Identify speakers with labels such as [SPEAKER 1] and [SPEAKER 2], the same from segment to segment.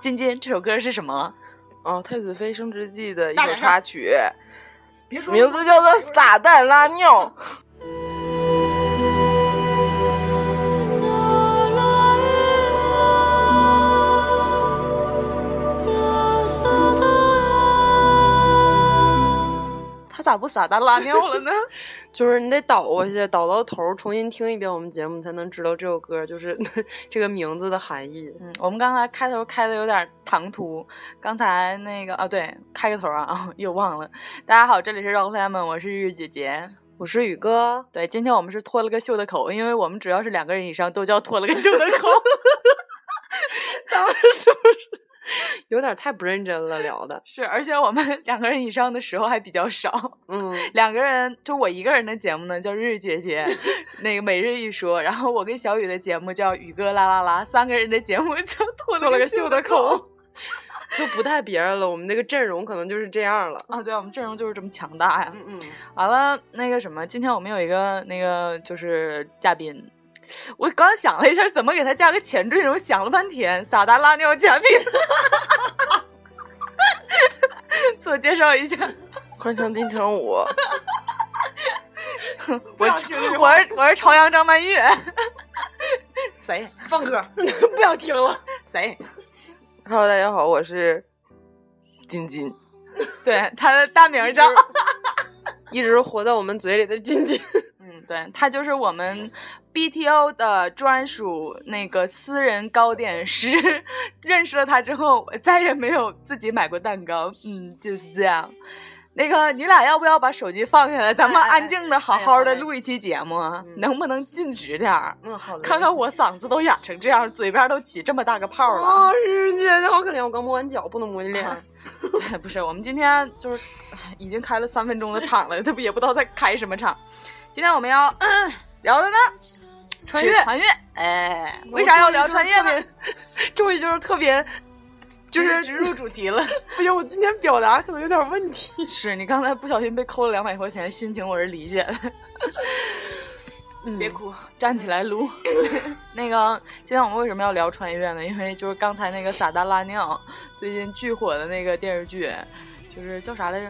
[SPEAKER 1] 这首歌是什么？
[SPEAKER 2] 哦，太子妃升职记的一
[SPEAKER 1] 大
[SPEAKER 2] 首
[SPEAKER 1] 点声
[SPEAKER 2] 插曲，
[SPEAKER 1] 别说
[SPEAKER 2] 名字叫做《撒旦拉尿》。
[SPEAKER 1] 他咋不撒旦拉尿了 呢？
[SPEAKER 3] 就是你得倒过去，倒到头儿，重新听一遍我们节目，你才能知道这首歌就是 这个名字的含义。
[SPEAKER 1] 嗯，我们刚才开头开的有点唐突，刚才那个啊，对，开个头啊，啊 又忘了。大家好，这里是 Rock Lemon，我是日日姐姐。
[SPEAKER 3] 我是宇哥，
[SPEAKER 1] 对，今天我们是脱了个袖的口，因为我们只要是两个人以上都叫脱了个袖的 口。
[SPEAKER 3] 当时是不是有点太不认真了聊的？
[SPEAKER 1] 是，而且我们两个人以上的时候还比较少，
[SPEAKER 3] 嗯，
[SPEAKER 1] 两个人就我一个人的节目呢叫日日姐 姐，那个每日一说，然后我跟小雨的节目叫宇哥啦啦啦，三个人的节目叫脱
[SPEAKER 3] 脱了个袖的
[SPEAKER 1] 口。
[SPEAKER 3] 口，就不带别人了。我们那个阵容可能就是这样了。
[SPEAKER 1] 啊，对，我们阵容就是这么强大呀。
[SPEAKER 3] 嗯嗯，
[SPEAKER 1] 完了，那个什么，今天我们有一个那个就是嘉宾，我刚想了一下怎么给他加个前缀，我想了半天，撒达拉尿嘉宾， 自我介绍一下，
[SPEAKER 2] 宽城金 城武，
[SPEAKER 1] 我
[SPEAKER 3] 想
[SPEAKER 1] 是
[SPEAKER 3] 听这
[SPEAKER 1] 我是我是朝阳张曼玉，谁
[SPEAKER 3] 放歌，不想听了。
[SPEAKER 1] 谁？
[SPEAKER 2] Hello，大家好，我是金金。
[SPEAKER 1] 对，他的大名叫，
[SPEAKER 3] 一直活在我们嘴里的金金，
[SPEAKER 1] 嗯，对，他就是我们 BTO 的专属那个私人糕点师。 认识了他之后，我再也没有自己买过蛋糕。嗯，就是这样。那个，你俩要不要把手机放下来？咱们
[SPEAKER 3] 哎哎
[SPEAKER 1] 安静的、好好的
[SPEAKER 3] 哎哎
[SPEAKER 1] 录一期节目啊，
[SPEAKER 3] 嗯
[SPEAKER 1] 能不能尽职点儿？
[SPEAKER 3] 嗯，好的
[SPEAKER 1] 看看我嗓子都哑成这样，嘴边都起这么大个泡了。
[SPEAKER 3] 啊，日日姐姐好可怜，我刚摸完脚，不能摸你脸。
[SPEAKER 1] 啊对， 不是，我们今天就是唉已经开了三分钟的场了，他不也不知道在开什么场。今天我们要、嗯聊的呢，穿越，
[SPEAKER 3] 是
[SPEAKER 1] 穿越，哎，为啥要聊穿越呢？？
[SPEAKER 3] 终于就是特别，
[SPEAKER 1] 就
[SPEAKER 3] 就是是
[SPEAKER 1] 直入主题了。
[SPEAKER 3] 不行，我今天表达可能有点问题。
[SPEAKER 1] 是你刚才不小心被扣了两百块钱，心情我是理解的。
[SPEAKER 3] 嗯
[SPEAKER 1] 别哭，站起来撸。 那个，今天我们为什么要聊穿越呢？因为就是刚才那个撒旦拉尿， 最近巨火的那个电视剧，就是叫啥来着？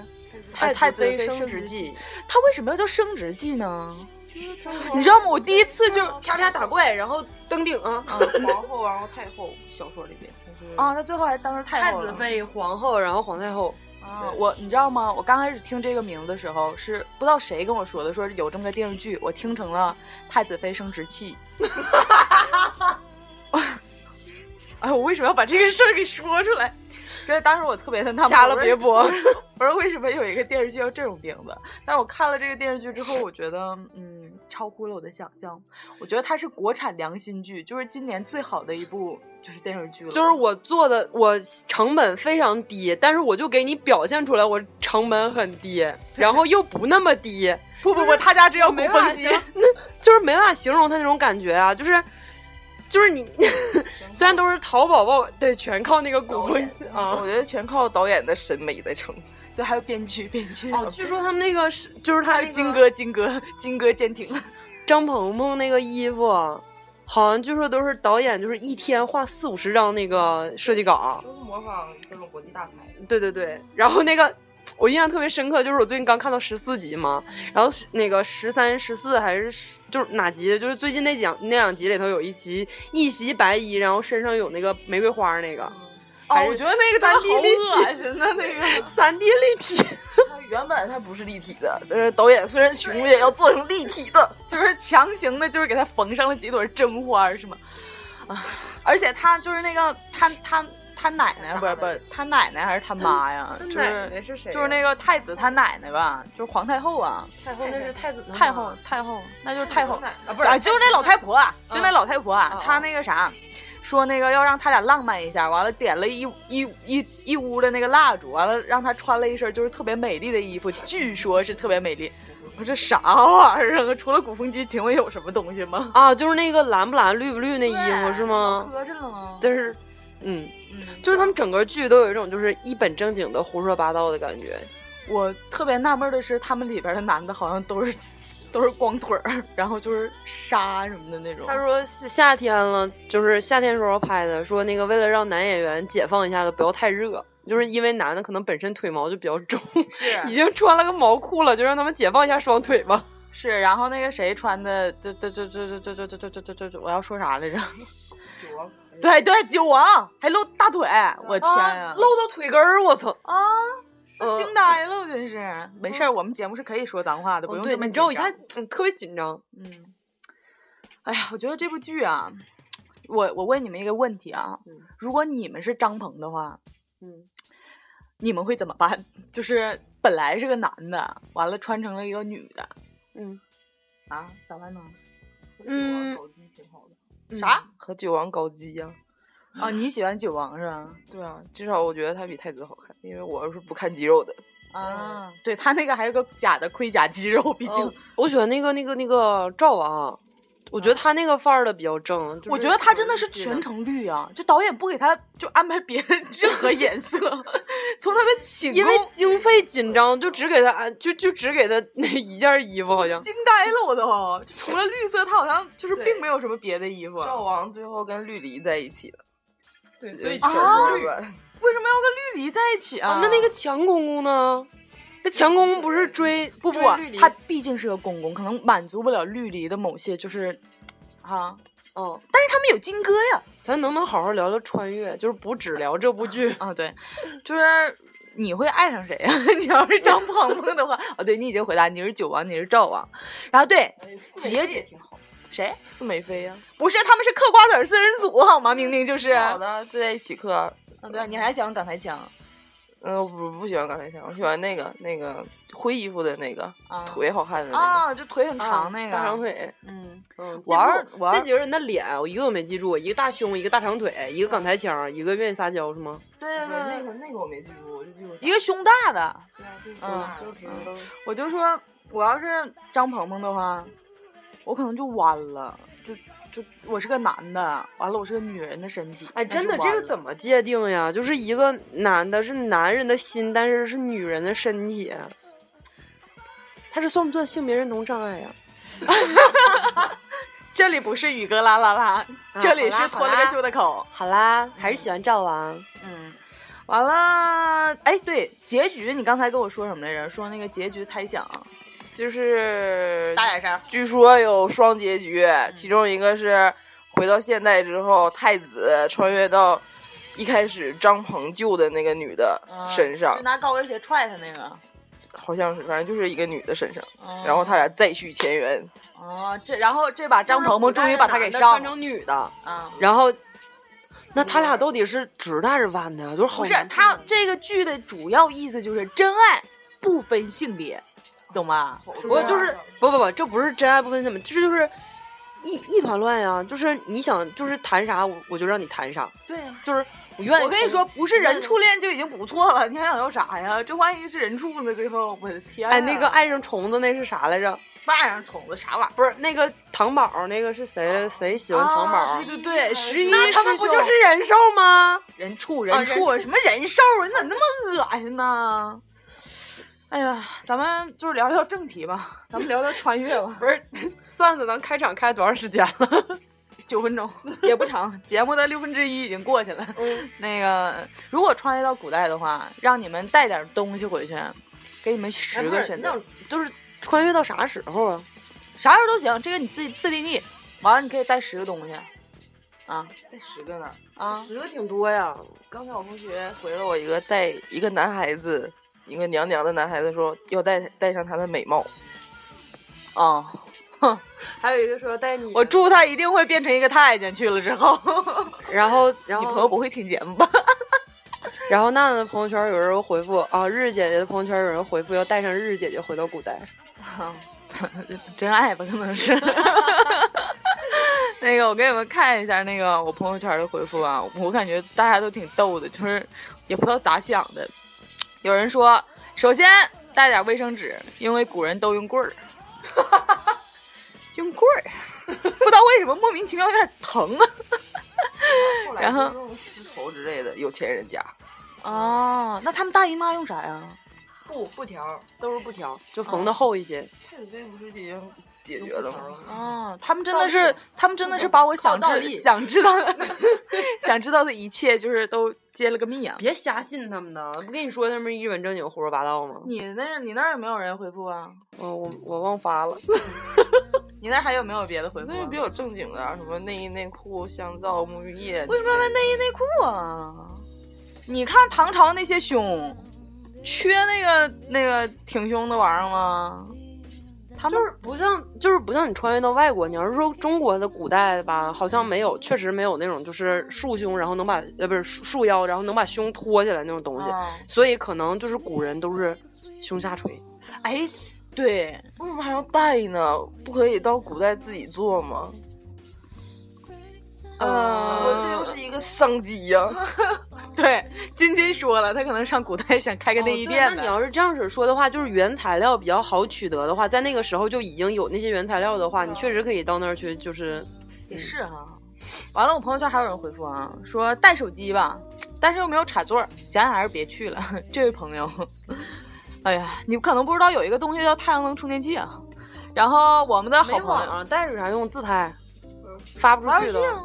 [SPEAKER 1] 太
[SPEAKER 3] 太
[SPEAKER 1] 太
[SPEAKER 3] 嗯子
[SPEAKER 1] 妃
[SPEAKER 3] 妃
[SPEAKER 1] 升
[SPEAKER 3] 升
[SPEAKER 1] 职
[SPEAKER 3] 职记，
[SPEAKER 1] 它为什么要叫升职记呢？你知道吗？我第一次就
[SPEAKER 3] 啪啪打怪，然后登顶啊！
[SPEAKER 2] 皇后，然后太后，小说里面。
[SPEAKER 1] 啊，他最后还当时太
[SPEAKER 3] 太
[SPEAKER 1] 后
[SPEAKER 3] 子
[SPEAKER 1] 了
[SPEAKER 3] 妃、皇后，然后皇太后，
[SPEAKER 1] 啊！我你知道吗？我刚开始听这个名字的时候，是不知道谁跟我说的，说有这么个电视剧，我听成了《太子妃升职记》。 哎，我为什么要把这个事儿给说出来？真的，当时我特别的纳闷，
[SPEAKER 3] 掐
[SPEAKER 1] 我
[SPEAKER 3] 了
[SPEAKER 1] 说
[SPEAKER 3] 别播。
[SPEAKER 1] 我说为什么有一个电视剧叫这种名字？但是我看了这个电视剧之后，我觉得，嗯，超乎了我的想象。我觉得它是国产良心剧，就是今年最好的一部就是电视剧了。
[SPEAKER 3] 就是我做的，我成本非常低，但是我就给你表现出来我成本很低，然后又不那么低，
[SPEAKER 1] 不不不，他家只有
[SPEAKER 3] 没
[SPEAKER 1] 鼓
[SPEAKER 3] 法
[SPEAKER 1] 风机
[SPEAKER 3] 形。，那就是没法形容他那种感觉啊，就是。就是你， 虽然都是淘宝报，对，全靠那个骨灰啊。
[SPEAKER 2] 我觉得全靠导演的审美在撑。
[SPEAKER 1] 对，还有编剧，编剧。
[SPEAKER 3] 哦，据说他们那个是，就是他
[SPEAKER 1] 还
[SPEAKER 3] 那
[SPEAKER 1] 有
[SPEAKER 3] 个
[SPEAKER 1] 金哥，金哥，金哥舰艇，
[SPEAKER 3] 张鹏鹏那个衣服，好像据说都是导演就是一天画四五十张那个设计稿。
[SPEAKER 2] 都是模仿各种国际大牌。
[SPEAKER 3] 对对对，然后那个我印象特别深刻，就是我最近刚看到十四集嘛，然后是那个十三、十四还是10就是哪集的，就是最近那讲那两集里头有一集一袭白衣，然后身上有那个玫瑰花那个
[SPEAKER 1] 哦
[SPEAKER 3] 还，是
[SPEAKER 1] 我觉得那个真
[SPEAKER 3] 三
[SPEAKER 1] 的
[SPEAKER 3] D
[SPEAKER 1] 好
[SPEAKER 3] 立 体
[SPEAKER 1] 恶心的那个，
[SPEAKER 3] 三 D 立体，
[SPEAKER 2] 它原本它不是立体的，但是导演虽然穷，也要做成立体的。
[SPEAKER 1] 就是强行的，就是给他缝上了几朵真花儿，是吗？啊，而且他就是那个他他他奶奶，不是不是他奶奶还是他妈呀？就是
[SPEAKER 2] 是谁
[SPEAKER 1] 就是那个太子他奶奶吧，就是皇太后啊，
[SPEAKER 3] 太后那是太子
[SPEAKER 1] 太后太后，那就是太后。
[SPEAKER 2] 啊，
[SPEAKER 1] 啊，就是那老太婆，就那老太婆啊，
[SPEAKER 3] 嗯
[SPEAKER 1] 她那个啥，说那个要让他俩浪漫一下，完了点了一一一一屋的那个蜡烛，完了让她穿了一身就是特别美丽的衣服，据说是特别美丽。我说这啥玩意儿啊？除了鼓风机，请问有什么东西吗？
[SPEAKER 3] 啊，就是那个蓝不蓝绿不绿那衣服是吗？
[SPEAKER 1] 磕碜了吗？
[SPEAKER 3] 但是，嗯。
[SPEAKER 1] 嗯
[SPEAKER 3] 就是他们整个剧都有一种就是一本正经的胡说八道的感觉，
[SPEAKER 1] 我特别纳闷的是，他们里边的男的好像都是都是光腿儿，然后就是纱什么的那种。
[SPEAKER 3] 他说夏夏天了，就是夏天时候拍的，说那个为了让男演员解放一下子，不要太热，就是因为男的可能本身腿毛就比较重， 已
[SPEAKER 1] 是
[SPEAKER 3] 经穿了个毛裤了，就让他们解放一下双腿吧。
[SPEAKER 1] 是，然后那个谁穿的，这这这这这这这这这这这这，我要说啥来着？
[SPEAKER 2] 九王
[SPEAKER 1] 对哎对，九王还露大腿，我天呀
[SPEAKER 3] 啊，露到腿根儿，我操！
[SPEAKER 1] 啊！
[SPEAKER 3] 呃
[SPEAKER 1] 惊呆了，我真是。没事儿，我们节目是可以说脏话的，不
[SPEAKER 3] 哦
[SPEAKER 1] 用
[SPEAKER 3] 对，
[SPEAKER 1] 这么
[SPEAKER 3] 你知道我一
[SPEAKER 1] 紧
[SPEAKER 3] 下
[SPEAKER 1] 张
[SPEAKER 3] 嗯特别紧张，
[SPEAKER 1] 嗯，哎呀，我觉得这部剧啊，我我问你们一个问题啊，
[SPEAKER 3] 嗯
[SPEAKER 1] 如果你们是张鹏的话，
[SPEAKER 3] 嗯，
[SPEAKER 1] 你们会怎么办？ 就是本来是个男的，完了穿成了一个女的，
[SPEAKER 3] 嗯
[SPEAKER 1] 啊，咋办呢？
[SPEAKER 3] 嗯
[SPEAKER 2] 搞基挺好的。
[SPEAKER 1] 啥？
[SPEAKER 2] 和九王搞基呀、
[SPEAKER 1] 啊，你喜欢九王是吧？
[SPEAKER 2] 对啊，至少我觉得他比太子好看，因为我是不看肌肉的。
[SPEAKER 1] 啊， 对他那个还是个假的盔甲肌 肉，毕竟、
[SPEAKER 3] 哦我喜欢那个那个那个赵王，啊我觉
[SPEAKER 2] 嗯
[SPEAKER 3] 得他那个范儿的比较正。就是
[SPEAKER 1] 我觉得他真的是
[SPEAKER 3] 有点
[SPEAKER 1] 全程绿啊，就导演不给他就安排别的任何颜色， 从他的寝宫
[SPEAKER 3] 因为经费紧张，就只给他安，就就只给他那一件衣服，好像。
[SPEAKER 1] 惊呆了我都，就除了绿色，他好像就是
[SPEAKER 2] 对
[SPEAKER 1] 并没有什么别的衣服。
[SPEAKER 2] 赵王最后跟绿篱在一起了，
[SPEAKER 3] 对
[SPEAKER 2] 小
[SPEAKER 1] 啊
[SPEAKER 2] 说吧。
[SPEAKER 1] 为什么要跟绿篱在一起啊？
[SPEAKER 3] 啊，那那个强公公呢？那强公公不是追
[SPEAKER 1] 不不
[SPEAKER 3] 追绿，林
[SPEAKER 1] 他毕竟是个公公，可能满足不了绿篱的某些就是，啊，
[SPEAKER 3] 哦，
[SPEAKER 1] 但是他们有金戈呀。。
[SPEAKER 3] 咱能不能好好聊聊穿越？就是不只聊这部剧
[SPEAKER 1] 啊，对，就是你会爱上谁呀、 你要是张鹏鹏的话，哦，对你已经回答，你是九王，你是赵王，然后对
[SPEAKER 2] 结
[SPEAKER 1] 结
[SPEAKER 2] 也挺好，
[SPEAKER 1] 谁？
[SPEAKER 2] 四美妃呀、
[SPEAKER 1] 不是，他们是嗑瓜子儿四人组好吗？明明就是。
[SPEAKER 2] 啊好的，在一起嗑。
[SPEAKER 1] 嗯，对，你还讲港台腔
[SPEAKER 2] 嗯、我不不喜欢刚才讲，我喜欢那个那个灰衣服的那个、
[SPEAKER 1] 啊
[SPEAKER 2] 腿好看的那个。
[SPEAKER 1] 啊，就腿很长那个。啊
[SPEAKER 3] 大长腿，
[SPEAKER 1] 嗯，
[SPEAKER 3] 嗯，
[SPEAKER 1] 玩儿
[SPEAKER 3] 记不住
[SPEAKER 1] 玩儿
[SPEAKER 3] 这几个人的脸，啊我一个都没记住，一个大胸，一个大长腿，一个港台腔，一个愿意撒娇，是吗？
[SPEAKER 1] 对对对
[SPEAKER 2] 那
[SPEAKER 1] 对，
[SPEAKER 2] 个那个我没记住，我就记住
[SPEAKER 1] 一个胸大的，
[SPEAKER 2] 对啊，就是
[SPEAKER 1] 嗯
[SPEAKER 2] 就是都
[SPEAKER 1] 我就说，我要是张鹏鹏的话，我可能就弯了，就就我是个男的，完了我是个女人的身体。那
[SPEAKER 3] 哎，真
[SPEAKER 1] 就
[SPEAKER 3] 的，这
[SPEAKER 1] 弯
[SPEAKER 3] 个
[SPEAKER 1] 了
[SPEAKER 3] 怎么界定呀？就是一个男的是男人的心，但是是女人的身体，他这算不算性别认同障碍呀？
[SPEAKER 1] 这里不是宇哥啦啦啦，
[SPEAKER 3] 啊
[SPEAKER 1] 这里
[SPEAKER 3] 好啦
[SPEAKER 1] 是脱了
[SPEAKER 3] 好
[SPEAKER 1] 个
[SPEAKER 3] 啦
[SPEAKER 1] 袖的口。
[SPEAKER 3] 好啦，还是喜欢赵啊王。
[SPEAKER 1] 嗯，完了，哎，对，结局你刚才跟我说什么来着？说那个结局猜想，
[SPEAKER 2] 就是
[SPEAKER 1] 点声。嗯
[SPEAKER 2] 据说有双结局，其中一个是回到现代之后，太子穿越到一开始张鹏救的那个女的身上，
[SPEAKER 1] 嗯就拿高跟鞋踹他那个。
[SPEAKER 2] 好像是，反正就是一个女的身上，
[SPEAKER 1] 哦
[SPEAKER 2] 然后他俩再续前缘。
[SPEAKER 1] 哦，这然后这把张鹏鹏
[SPEAKER 3] 鹏
[SPEAKER 1] 终于把他给
[SPEAKER 3] 穿
[SPEAKER 1] 上了
[SPEAKER 3] 成女的，
[SPEAKER 1] 啊！
[SPEAKER 3] 然后那他俩到底是直的还是弯的呀？就是好
[SPEAKER 1] 不是
[SPEAKER 3] 难
[SPEAKER 1] 他这个剧的主要意思就是真爱不分性别，懂吗？
[SPEAKER 3] 我就是不不不，这不是真爱不分什么，这就是一一团乱呀、就是你想就是谈啥，我我就让你谈啥，
[SPEAKER 1] 对，
[SPEAKER 3] 就是我愿意。
[SPEAKER 1] 我跟你说，，不是人畜恋就已经不错了，你还想要啥呀？这万一是人畜呢？最后我的天啊！
[SPEAKER 3] 哎，那个爱上虫子那是啥来着？
[SPEAKER 1] 蚂上虫子啥玩意儿？
[SPEAKER 3] 不是那个糖宝儿，那个是谁？谁喜欢糖宝儿？
[SPEAKER 1] 对对对，十一
[SPEAKER 3] 那他们
[SPEAKER 1] 师
[SPEAKER 3] 不就
[SPEAKER 1] 兄
[SPEAKER 3] 是人兽吗？
[SPEAKER 1] 人畜哦人
[SPEAKER 3] 啊
[SPEAKER 1] 畜、什么人兽啊？你咋那么恶心呢？哎呀，咱们就是聊聊正题吧，咱们聊聊穿越吧，
[SPEAKER 3] 不是，算算咱开场开多长时间了？
[SPEAKER 1] 九分 钟也不长，节目的六分之一已经过去了。
[SPEAKER 3] 嗯
[SPEAKER 1] 那个，如果穿越到古代的话，让你们带点东西回去，给你们十个选择，，
[SPEAKER 3] 哎就是穿越到啥时候啊？
[SPEAKER 1] 啥时候都行，这个你自己自定义。完了，你可以带十个东西，啊
[SPEAKER 2] 带十个呢。
[SPEAKER 1] 啊，
[SPEAKER 3] 十个挺多呀。
[SPEAKER 2] 刚才我同学回了我一个带一个男孩子，一个娘娘的男孩子说要带带上他的美貌，
[SPEAKER 1] 哦。
[SPEAKER 3] 还有一个说带你，
[SPEAKER 1] 我祝他一定会变成一个太监去了之后，
[SPEAKER 3] 然后然
[SPEAKER 1] 你朋友
[SPEAKER 3] 后
[SPEAKER 1] 不会听节目吧？
[SPEAKER 3] 然后娜娜的朋友圈有人回复啊，日姐姐的朋友圈有人回复要带上日姐姐回到古代。
[SPEAKER 1] 真爱吧，可能是。那个，我给你们看一下那个我朋友圈的回复啊，我感觉大家都挺逗的，就是也不知道咋想的。有人说，首先带点卫生纸，因为古人都用 棍儿，用棍儿，不知道为什么莫名其妙有点疼 啊。
[SPEAKER 2] 后
[SPEAKER 1] 然后
[SPEAKER 2] 来就用丝绸之类的，有钱人家。
[SPEAKER 1] 哦，那他们大姨妈用啥呀？
[SPEAKER 2] 布布条儿，
[SPEAKER 3] 都是布条，就缝
[SPEAKER 2] 嗯
[SPEAKER 3] 的厚一些。
[SPEAKER 2] 太子妃不是已经解决了吗？
[SPEAKER 1] 哦，他们真的是，他们真的是把我想
[SPEAKER 3] 靠倒
[SPEAKER 1] 知
[SPEAKER 3] 立
[SPEAKER 1] 想知道 的想知道的一切，就是都揭了个密啊。
[SPEAKER 3] 别瞎信他们的，不跟你说他们一本正经胡说八道吗？
[SPEAKER 1] 你那你那儿有没有人回复啊？
[SPEAKER 2] 嗯
[SPEAKER 3] 我我我忘发了，
[SPEAKER 1] 你那儿还有没有别的回复、
[SPEAKER 2] 那
[SPEAKER 1] 啊
[SPEAKER 2] 是？比较正经的啊，什么内衣、内裤、香皂、沐浴液。
[SPEAKER 1] 为什么要卖内衣内裤啊？你看唐朝那些胸，缺那个那个挺胸的玩意儿吗？他们
[SPEAKER 3] 就是不像，就是不像你穿越到外国。你要是说中国的古代吧，好像没有，确实没有那种就是束胸，然后能把呃不是束束腰，然后能把胸托起来那种东西。
[SPEAKER 2] 哦
[SPEAKER 1] 啊
[SPEAKER 3] 所以可能就是古人都是胸下垂。
[SPEAKER 1] 哎，对，
[SPEAKER 2] 为什么还要带呢？不可以到古代自己做吗？
[SPEAKER 1] 呃
[SPEAKER 2] 我哦这又是一个商机呀、
[SPEAKER 3] 哦
[SPEAKER 1] 对，金金说了，他可能上古代想开个内衣
[SPEAKER 3] 哦对
[SPEAKER 1] 店
[SPEAKER 3] 那
[SPEAKER 1] 呢。
[SPEAKER 3] 你要是这样子说的话，就是原材料比较好取得的话，在那个时候就已经有那些原材料的话，你确
[SPEAKER 2] 哦
[SPEAKER 3] 实可以到那儿去，就是
[SPEAKER 1] 也是哈、完了，我朋友圈还有人回复啊，说带手机吧，但是又没有插座儿，咱俩还是别去了。这位朋友， 哎呀，你可能不知道有一个东西叫太阳能充电器啊。然后我们的好
[SPEAKER 3] 没
[SPEAKER 1] 朋
[SPEAKER 3] 网
[SPEAKER 1] 友
[SPEAKER 3] 啊，带着啥用？自拍，发不出去的。
[SPEAKER 1] 啊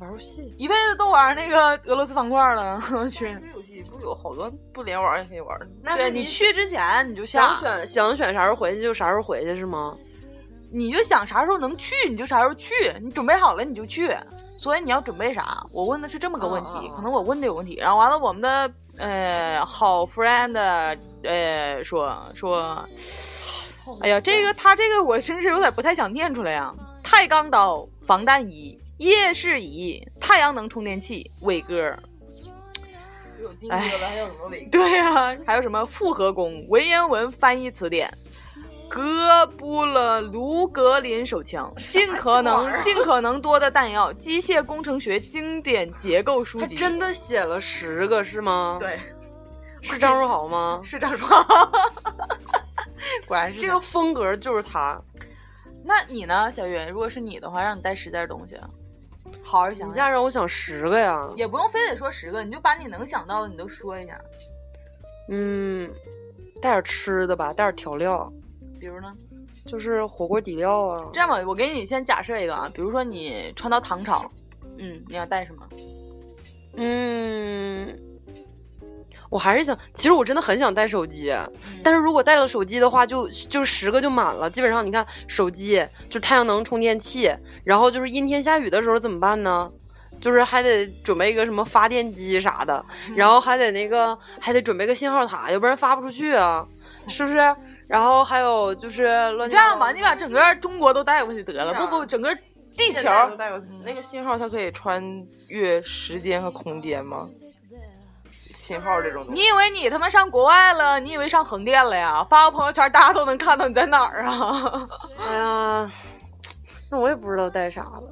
[SPEAKER 3] 玩游戏，
[SPEAKER 1] 一辈子都玩那个俄罗斯方块了，我去。
[SPEAKER 2] 这游戏不是有好多不联网也可以玩的吗？
[SPEAKER 3] 那
[SPEAKER 1] 对你去之前你就
[SPEAKER 3] 想
[SPEAKER 1] 下，
[SPEAKER 3] 选想选啥时候回去就啥时候回去是吗？
[SPEAKER 1] 你就想啥时候能去你就啥时候去，你准备好了你就去。所以你要准备啥？我问的是这么个问
[SPEAKER 3] 哦
[SPEAKER 1] 题，
[SPEAKER 3] 哦哦
[SPEAKER 1] 可能我问的有问题。然后完了，我们的呃好 friend 呃说说，哎呀，这个他这个我真是有点不太想念出来呀、钛钢刀、防弹衣、夜视仪、太阳能充电器、伟哥。哎
[SPEAKER 2] 有金哥了，还有什么伟哥？
[SPEAKER 1] 对呀、还有什么复合弓、文言文翻译词典、哥布了卢格林手枪，尽可能、尽可能多的弹药、机械工程学经典结构书
[SPEAKER 3] 他
[SPEAKER 1] 籍。
[SPEAKER 3] 真的写了十个是吗？，
[SPEAKER 1] 对，
[SPEAKER 3] 是张若敖吗？
[SPEAKER 1] 是张双， 果然是
[SPEAKER 3] 这个。风格就是他。
[SPEAKER 1] 那你呢，小月？如果是你的话，让你带十件东西，啊好好想
[SPEAKER 3] 你下
[SPEAKER 1] 想。
[SPEAKER 3] 让我想十个呀。
[SPEAKER 1] 也不用非得说十个，你就把你能想到的你都说一下。
[SPEAKER 3] 嗯，带点吃的吧，带点调料，
[SPEAKER 1] 比如呢，
[SPEAKER 3] 就是火锅底料啊。
[SPEAKER 1] 这样吧，我给你先假设一个啊，比如说你穿到唐朝，嗯，你要带什么？
[SPEAKER 3] 嗯，我还是想，其实我真的很想带手机，
[SPEAKER 1] 嗯
[SPEAKER 3] 但是如果带了手机的话，就就十个就满了。基本上你看，手机就太阳能充电器，然后就是阴天下雨的时候怎么办呢？就是还得准备一个什么发电机啥的，
[SPEAKER 1] 嗯
[SPEAKER 3] 然后还得那个还得准备个信号塔，要不然发不出去啊，是不是？然后还有就是乱
[SPEAKER 1] 这样吧，嗯
[SPEAKER 3] 七
[SPEAKER 1] 你把整个中国都带过去得了，
[SPEAKER 2] 是
[SPEAKER 1] 不
[SPEAKER 2] 啊
[SPEAKER 1] 不，整个地球
[SPEAKER 2] 现在都带有那个信号，它可以穿越时间和空间吗？信号这种东西，
[SPEAKER 1] 你以为你他妈上国外了？你以为上横店了呀？发个朋友圈，大家都能看到你在哪儿啊？
[SPEAKER 3] 八糟哎呀，那我也不知道带啥了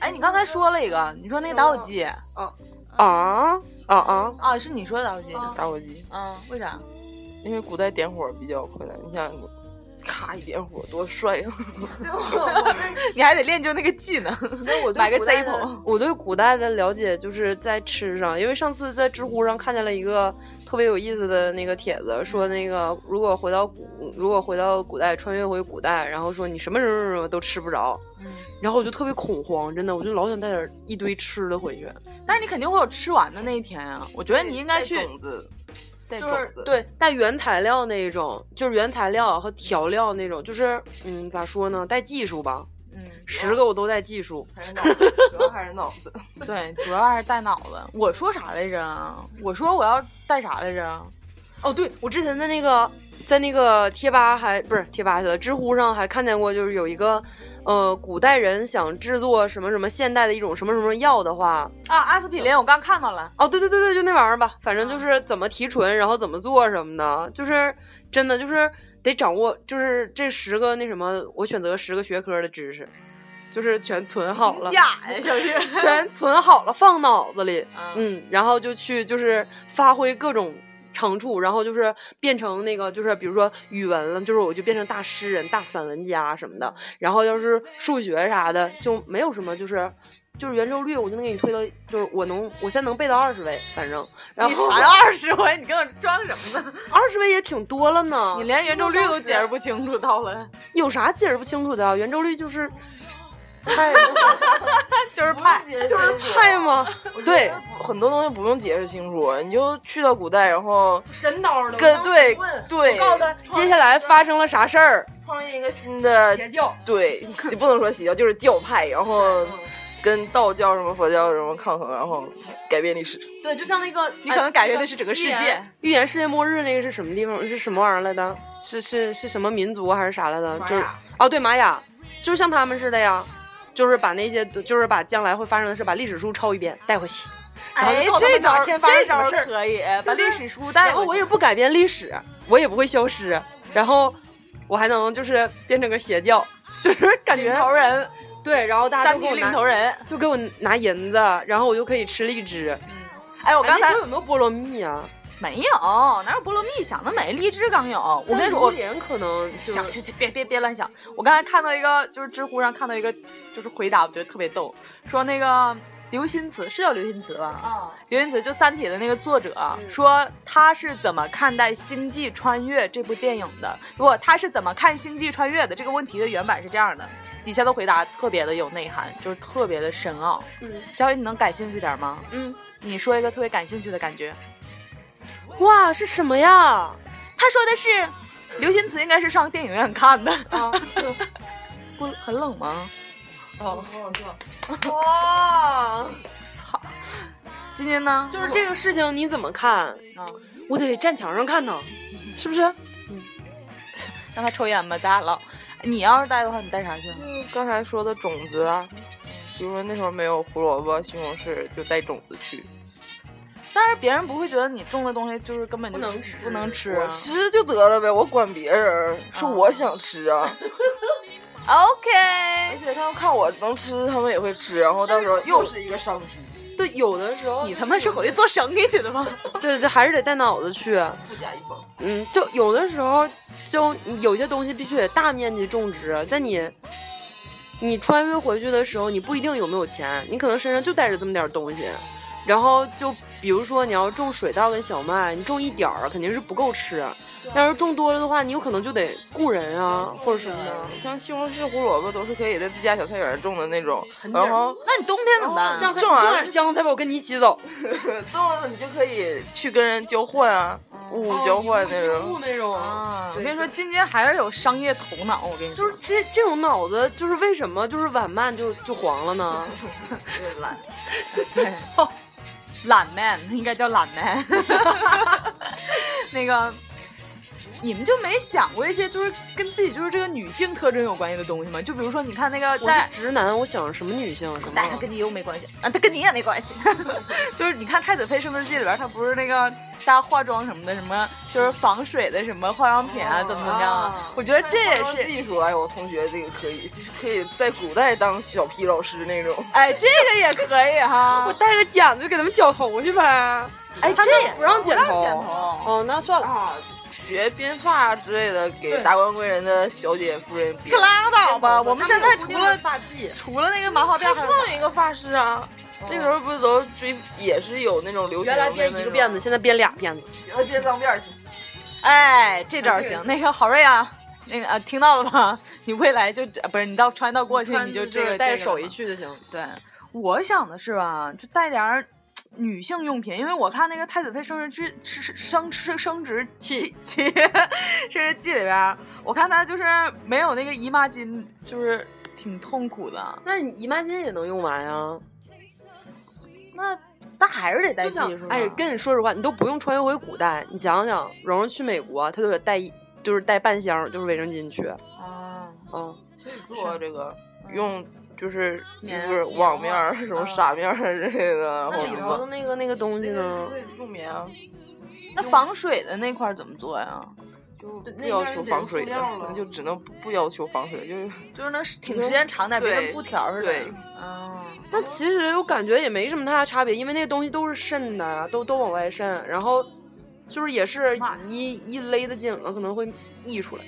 [SPEAKER 1] 哎，你刚才说了一个，你说那个打火机
[SPEAKER 3] 啊啊啊！
[SPEAKER 1] 啊，是你说的打火机？
[SPEAKER 2] 打火机，
[SPEAKER 1] 嗯，为 啥？
[SPEAKER 2] 因为古代点火比较困难。你想，咔一点火多帅啊呀、
[SPEAKER 1] 你还得练就那个技能。
[SPEAKER 3] 那我对
[SPEAKER 1] 买个
[SPEAKER 3] 古代
[SPEAKER 1] Zippo
[SPEAKER 3] 的我对古代的了解就是在吃上，因为上次在知乎上看见了一个特别有意思的那个帖子，说那个如果回到古，如果回到古代，穿越回古代，然后说你什么什么什么都吃不着，
[SPEAKER 1] 嗯
[SPEAKER 3] 然后我就特别恐慌，真的，我就老想带点一堆吃的回去。
[SPEAKER 1] 但是你肯定会有吃完的那一天啊！我觉得你应该去
[SPEAKER 2] 带种子，带种
[SPEAKER 3] 就是
[SPEAKER 2] 子，，
[SPEAKER 3] 对带原材料那种，就是原材料和调料那种，就是嗯，咋说呢，带技术吧，
[SPEAKER 1] 嗯。
[SPEAKER 3] 十个我都带技术。
[SPEAKER 2] 还是脑子，主要还是脑子。
[SPEAKER 1] 对，主要还是带脑子。我说啥来着？啊我说我要带啥来着？啊
[SPEAKER 3] 哦，对，我之前在那个在那个贴吧还不是贴吧去了，知乎上还看见过，就是有一个呃，古代人想制作什么什么现代的一种什么什么药的话，
[SPEAKER 1] 啊，阿司匹林，我刚看到了。
[SPEAKER 3] 哦，对对对对，就那玩意儿吧，反正就是怎么提纯，然后怎么做什么的，就是真的就是得掌握，就是这十个那什么，我选择十个学科的知识，就是全存好了
[SPEAKER 1] 假。呀，小月。
[SPEAKER 3] 全存好了，放脑子里，
[SPEAKER 1] 嗯，
[SPEAKER 3] 嗯，然后就去就是发挥各种长处，然后就是变成那个就是比如说语文了，就是我就变成大诗人、大散文家什么的。然后要是数学啥的，就没有什么就是就是圆周率，我就能给你推到，就是我能，我现在能背到二十位，反正，然
[SPEAKER 1] 你
[SPEAKER 3] 后
[SPEAKER 1] 才二十回，你跟我装什么呢？
[SPEAKER 3] 二十位也挺多了呢。
[SPEAKER 1] 你连圆周率都解释不清楚，到了
[SPEAKER 3] 有啥解释不清楚的？圆周率就是
[SPEAKER 2] 太
[SPEAKER 1] 就是派，
[SPEAKER 3] 就是派吗？
[SPEAKER 2] 对，很多东西不用解释清楚，你就去到古代，然后
[SPEAKER 4] 神叨了。
[SPEAKER 2] 跟对
[SPEAKER 4] 我
[SPEAKER 2] 对，
[SPEAKER 4] 告诉他，
[SPEAKER 3] 接下来发生了啥事儿？
[SPEAKER 2] 创立一个新的
[SPEAKER 4] 邪教，嗯
[SPEAKER 2] 对，你不能说邪教，就是教派，然后跟道教什么佛教什么抗衡，然后 改变历史。
[SPEAKER 4] 对，就像那个
[SPEAKER 1] 你可能改变的是整个世
[SPEAKER 4] 预
[SPEAKER 1] 界
[SPEAKER 4] 言。
[SPEAKER 3] 预言世界末日那个是什么地方？是什么玩意儿来的？是是是什么民族啊还是啥来
[SPEAKER 4] 玛
[SPEAKER 3] 的？
[SPEAKER 4] 雅
[SPEAKER 3] 就是哦，对，玛雅，就是像他们似的呀，就是把那些，就是把将来会发生的事，把历史书抄一遍带回去。然后就告诉他
[SPEAKER 1] 哎这
[SPEAKER 3] 们
[SPEAKER 1] 招
[SPEAKER 3] 哪天发生
[SPEAKER 1] 这
[SPEAKER 3] 什么
[SPEAKER 1] 招
[SPEAKER 3] 事儿
[SPEAKER 1] 可以，把历史书带回去。
[SPEAKER 3] 然后我也不改变历史，我也不会消失，然后我还能就是变成个邪教，就是 感
[SPEAKER 1] 领
[SPEAKER 3] 觉
[SPEAKER 1] 头人，
[SPEAKER 3] 对，然后大家
[SPEAKER 1] 三
[SPEAKER 3] 就给
[SPEAKER 1] 级
[SPEAKER 3] 我
[SPEAKER 1] 领
[SPEAKER 3] 拿
[SPEAKER 1] 头，人。
[SPEAKER 3] 就给我拿银子，然后我就可以吃荔枝。
[SPEAKER 1] 哎，我
[SPEAKER 3] 哎
[SPEAKER 1] 刚
[SPEAKER 3] 那
[SPEAKER 1] 才
[SPEAKER 3] 时候有没有菠萝蜜啊？
[SPEAKER 1] 没有，哪有菠萝蜜想得美？荔枝刚有。我跟你说，我
[SPEAKER 3] 榴莲可能就
[SPEAKER 1] 想想别别别乱想。我刚才看到一个，就是知乎上看到一个，就是回答，我觉得特别逗，说那个刘心慈是叫刘心慈吧？
[SPEAKER 4] 啊，
[SPEAKER 1] 刘心慈就《三体》的那个作者、说他是怎么看待《星际穿越》这部电影的？不，他是怎么看《星际穿越》的？这个问题的原版是这样的，底下的回答特别的有内涵，就是特别的深奥。
[SPEAKER 3] 嗯
[SPEAKER 1] 小雨，你能感兴趣点吗？
[SPEAKER 3] 嗯，
[SPEAKER 1] 你说一个特别感兴趣的感觉。
[SPEAKER 3] 哇，是什么呀？
[SPEAKER 1] 他说的是，刘心慈应该是上电影院看的，
[SPEAKER 3] 啊，
[SPEAKER 1] 不很冷吗？
[SPEAKER 3] 哦，
[SPEAKER 1] 哇，操！今天呢，
[SPEAKER 3] 就是这个事情你怎么看？
[SPEAKER 1] 啊，
[SPEAKER 3] 我得站墙上看呢，是不是？
[SPEAKER 1] 嗯 让他抽烟吧，咱俩唠。你要是带的话，你带啥去？
[SPEAKER 2] 就是刚才说的种子啊，比如说那时候没有胡萝卜、西红柿，就带种子去。
[SPEAKER 1] 但是别人不会觉得你种的东西就是根本就
[SPEAKER 3] 不能吃
[SPEAKER 1] 不能吃啊
[SPEAKER 2] 我。吃就得了呗，我管别人，是
[SPEAKER 1] 啊
[SPEAKER 2] 我想吃 啊。而
[SPEAKER 1] OK，
[SPEAKER 2] 且他们看我能吃，他们也会吃，然后到时候又是一个商机。
[SPEAKER 3] 对，有的时 候
[SPEAKER 1] 你他妈是回去做生意去 的吗？
[SPEAKER 3] 对对，还是得带脑子去。
[SPEAKER 2] 不加一崩。
[SPEAKER 3] 嗯，就有的时候，就有些东西必须得大面积种植，在你你穿越回去的时候，你不一定有没有钱，你可能身上就带着这么点儿东西，然后就比如说你要种水稻跟小麦，你种一点儿肯定是不够吃，要是种多了的话，你有可能就得雇人啊或者什么的。
[SPEAKER 2] 像西红柿、胡萝卜都是可以在自家小菜园种的那种，
[SPEAKER 1] 劲儿
[SPEAKER 2] 然后
[SPEAKER 1] 那你冬天怎么办？
[SPEAKER 3] 像
[SPEAKER 2] 种完了
[SPEAKER 3] 点香菜吧，我跟你一起走。
[SPEAKER 2] 种了你就可以去跟人交换啊，物物交换那种。
[SPEAKER 3] 那种
[SPEAKER 1] 啊，我
[SPEAKER 3] 对
[SPEAKER 1] 跟你说，今天还是有商业头脑。我跟你说，
[SPEAKER 3] 就是这这种脑子，就是为什么就是晚慢就就黄了呢？
[SPEAKER 1] 对，懒 man 应该叫懒 man。那个，你们就没想过一些就是跟自己就是这个女性特征有关系的东西吗？就比如说，你看那个
[SPEAKER 3] 我
[SPEAKER 1] 在
[SPEAKER 3] 是直男，我想什么女性什么
[SPEAKER 1] 但是跟你又没关系啊，他跟你也没关系。 就是你看《太子妃升职记》里边，他不是那个大家化妆什么的，什么就是防水的什么化妆品啊，怎么怎么样啊
[SPEAKER 3] 啊？
[SPEAKER 1] 我觉得这也
[SPEAKER 2] 化妆
[SPEAKER 1] 是，
[SPEAKER 2] 技术，哎呦，我同学这个可以，就是可以在古代当小 P 老师那种。
[SPEAKER 1] 哎，这个也可以哈
[SPEAKER 3] 我。带个剪子给他们绞头去呗。
[SPEAKER 1] 哎，
[SPEAKER 3] 他
[SPEAKER 1] 这
[SPEAKER 3] 们
[SPEAKER 1] 也
[SPEAKER 3] 不让剪
[SPEAKER 1] 不
[SPEAKER 3] 头，
[SPEAKER 1] 让剪头
[SPEAKER 3] 哦，那算了，
[SPEAKER 2] 啊，学编发之类的，给达官贵人的小姐夫人编
[SPEAKER 1] 可。 拉倒吧！哎我们现在
[SPEAKER 3] 他
[SPEAKER 1] 除
[SPEAKER 3] 们有固定的
[SPEAKER 1] 了
[SPEAKER 3] 发髻，
[SPEAKER 1] 除了那个麻花辫
[SPEAKER 2] 他
[SPEAKER 1] 儿，还有
[SPEAKER 2] 创一个发饰啊，那时候不是都追，也是有那种流行的
[SPEAKER 3] 原来编一个辫子，，现在编俩辫子。
[SPEAKER 2] 原来编脏辫儿去。
[SPEAKER 1] 哎，这招行。那个郝瑞啊，那个啊，听到了吧？你未来就呃不是你到川到过去，你就这个
[SPEAKER 3] 带着
[SPEAKER 1] 这个
[SPEAKER 3] 手
[SPEAKER 1] 了
[SPEAKER 3] 艺
[SPEAKER 1] 嘛
[SPEAKER 3] 去就行。
[SPEAKER 1] 对，我想的是吧，就带点儿女性用品，因为我看那个《太子妃升职之是是升升升职记记升职记》里边儿，我看她就是没有那个姨妈巾，就是挺痛苦的。
[SPEAKER 3] 那你姨妈巾也能用完啊呀？
[SPEAKER 1] 那那还是得带
[SPEAKER 3] 就
[SPEAKER 1] 技
[SPEAKER 3] 想
[SPEAKER 1] 术。
[SPEAKER 3] 哎，跟你说实话，你都不用穿越回古代，你想想，蓉蓉去美国，她都得带一，就是带半箱，就是卫生巾去。
[SPEAKER 1] 啊，
[SPEAKER 3] 嗯，
[SPEAKER 2] 做这个用就是
[SPEAKER 4] 棉
[SPEAKER 2] 就是网面儿、什么纱面儿啊之类的，
[SPEAKER 3] 那
[SPEAKER 2] 或
[SPEAKER 3] 里
[SPEAKER 2] 者
[SPEAKER 3] 头
[SPEAKER 2] 网
[SPEAKER 3] 的那个那个东西呢？
[SPEAKER 2] 用棉啊，
[SPEAKER 1] 那防水的那块儿怎么做呀？
[SPEAKER 2] 不要求防水的，那就只能不不要求防水，就是
[SPEAKER 1] 就是能挺时间长点，别跟
[SPEAKER 2] 对
[SPEAKER 1] 布条似的。
[SPEAKER 2] 对
[SPEAKER 1] 嗯，
[SPEAKER 3] 那其实我感觉也没什么太大差别，因为那东西都是渗的，都都往外渗，然后就是也是一一勒的紧了，可能会溢出来。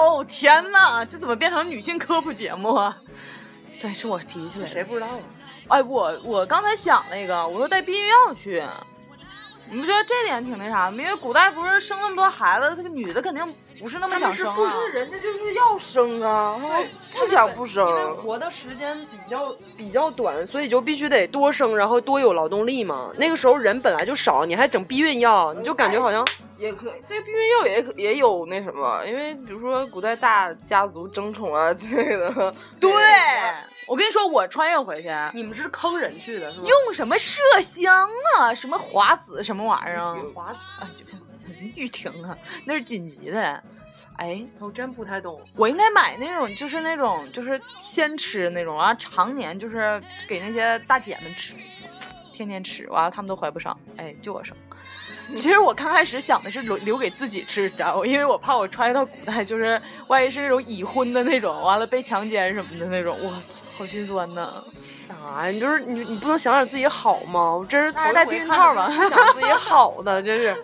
[SPEAKER 1] 哦天哪，这怎么变成女性科普节目啊？对，是我提起来的。
[SPEAKER 3] 不知道啊？
[SPEAKER 1] 哎，我我刚才想了一个，我说带避孕药去，你不觉得这点挺那啥吗？因为古代不是生那么多孩子，这个女的肯定不是那么
[SPEAKER 2] 他
[SPEAKER 1] 想
[SPEAKER 2] 们是
[SPEAKER 1] 生
[SPEAKER 2] 不
[SPEAKER 1] 啊。
[SPEAKER 2] 是人家就是要生啊，他们不想不生
[SPEAKER 3] 因。为活的时间比较比较短，所以就必须得多生，然后多有劳动力嘛。那个时候人本来就少，你还整避孕药，你就感觉好像
[SPEAKER 2] 也可以，这个避孕药也可也有那什么，因为比如说古代大家族争宠啊之类的。
[SPEAKER 1] 对，我跟你说，我穿越回去，
[SPEAKER 3] 你们是坑人去的，是吗？
[SPEAKER 1] 用什么麝香啊，什么华子什么玩意儿啊？
[SPEAKER 3] 华子，
[SPEAKER 1] 啊，就玉婷啊，那是紧急的。哎，
[SPEAKER 3] 我真不太懂。
[SPEAKER 1] 我应该买那种，就是那种，就是先吃那种，然后常年就是给那些大姐们吃，天天吃，完了她们都怀不上，哎，就我生。其实我刚开始想的是留留给自己吃，你知道吗？因为我怕我穿越到古代，就是万一是那种已婚的那种，完了被强奸什么的那种，我操好心酸呐。
[SPEAKER 3] 啥呀？你就是你，你不能想点自己好吗？我真是
[SPEAKER 1] 那还戴
[SPEAKER 3] 头一回
[SPEAKER 1] 避孕
[SPEAKER 3] 看
[SPEAKER 1] 套
[SPEAKER 3] 到
[SPEAKER 1] 吧
[SPEAKER 3] 想自己好的，真是。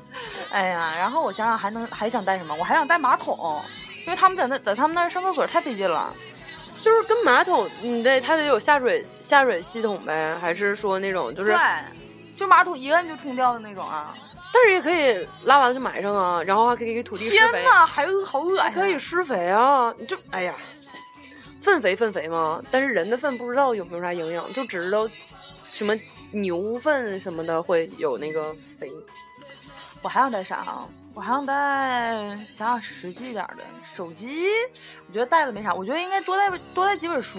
[SPEAKER 1] 哎呀，然后我想想还能还想带什么？我还想带马桶，因为他们在那在他们那儿上厕所太费劲了。
[SPEAKER 3] 就是跟马桶，你得它得有下水下水系统呗，还是说那种就是，
[SPEAKER 1] 对，就马桶一摁就冲掉的那种啊！
[SPEAKER 3] 但是也可以拉完就埋上啊，然后还可以给土地施
[SPEAKER 1] 天
[SPEAKER 3] 肥，
[SPEAKER 1] 哪，还恶好恶心啊！
[SPEAKER 3] 可以施肥啊，你就哎呀，粪肥粪肥嘛，但是人的粪不知道有没有啥营养，就只知道什么牛粪什么的会有那个肥，
[SPEAKER 1] 我还想带啥啊？我还想带想想实际一点儿的手机，我觉得带了没啥，我觉得应该多带多带几本书。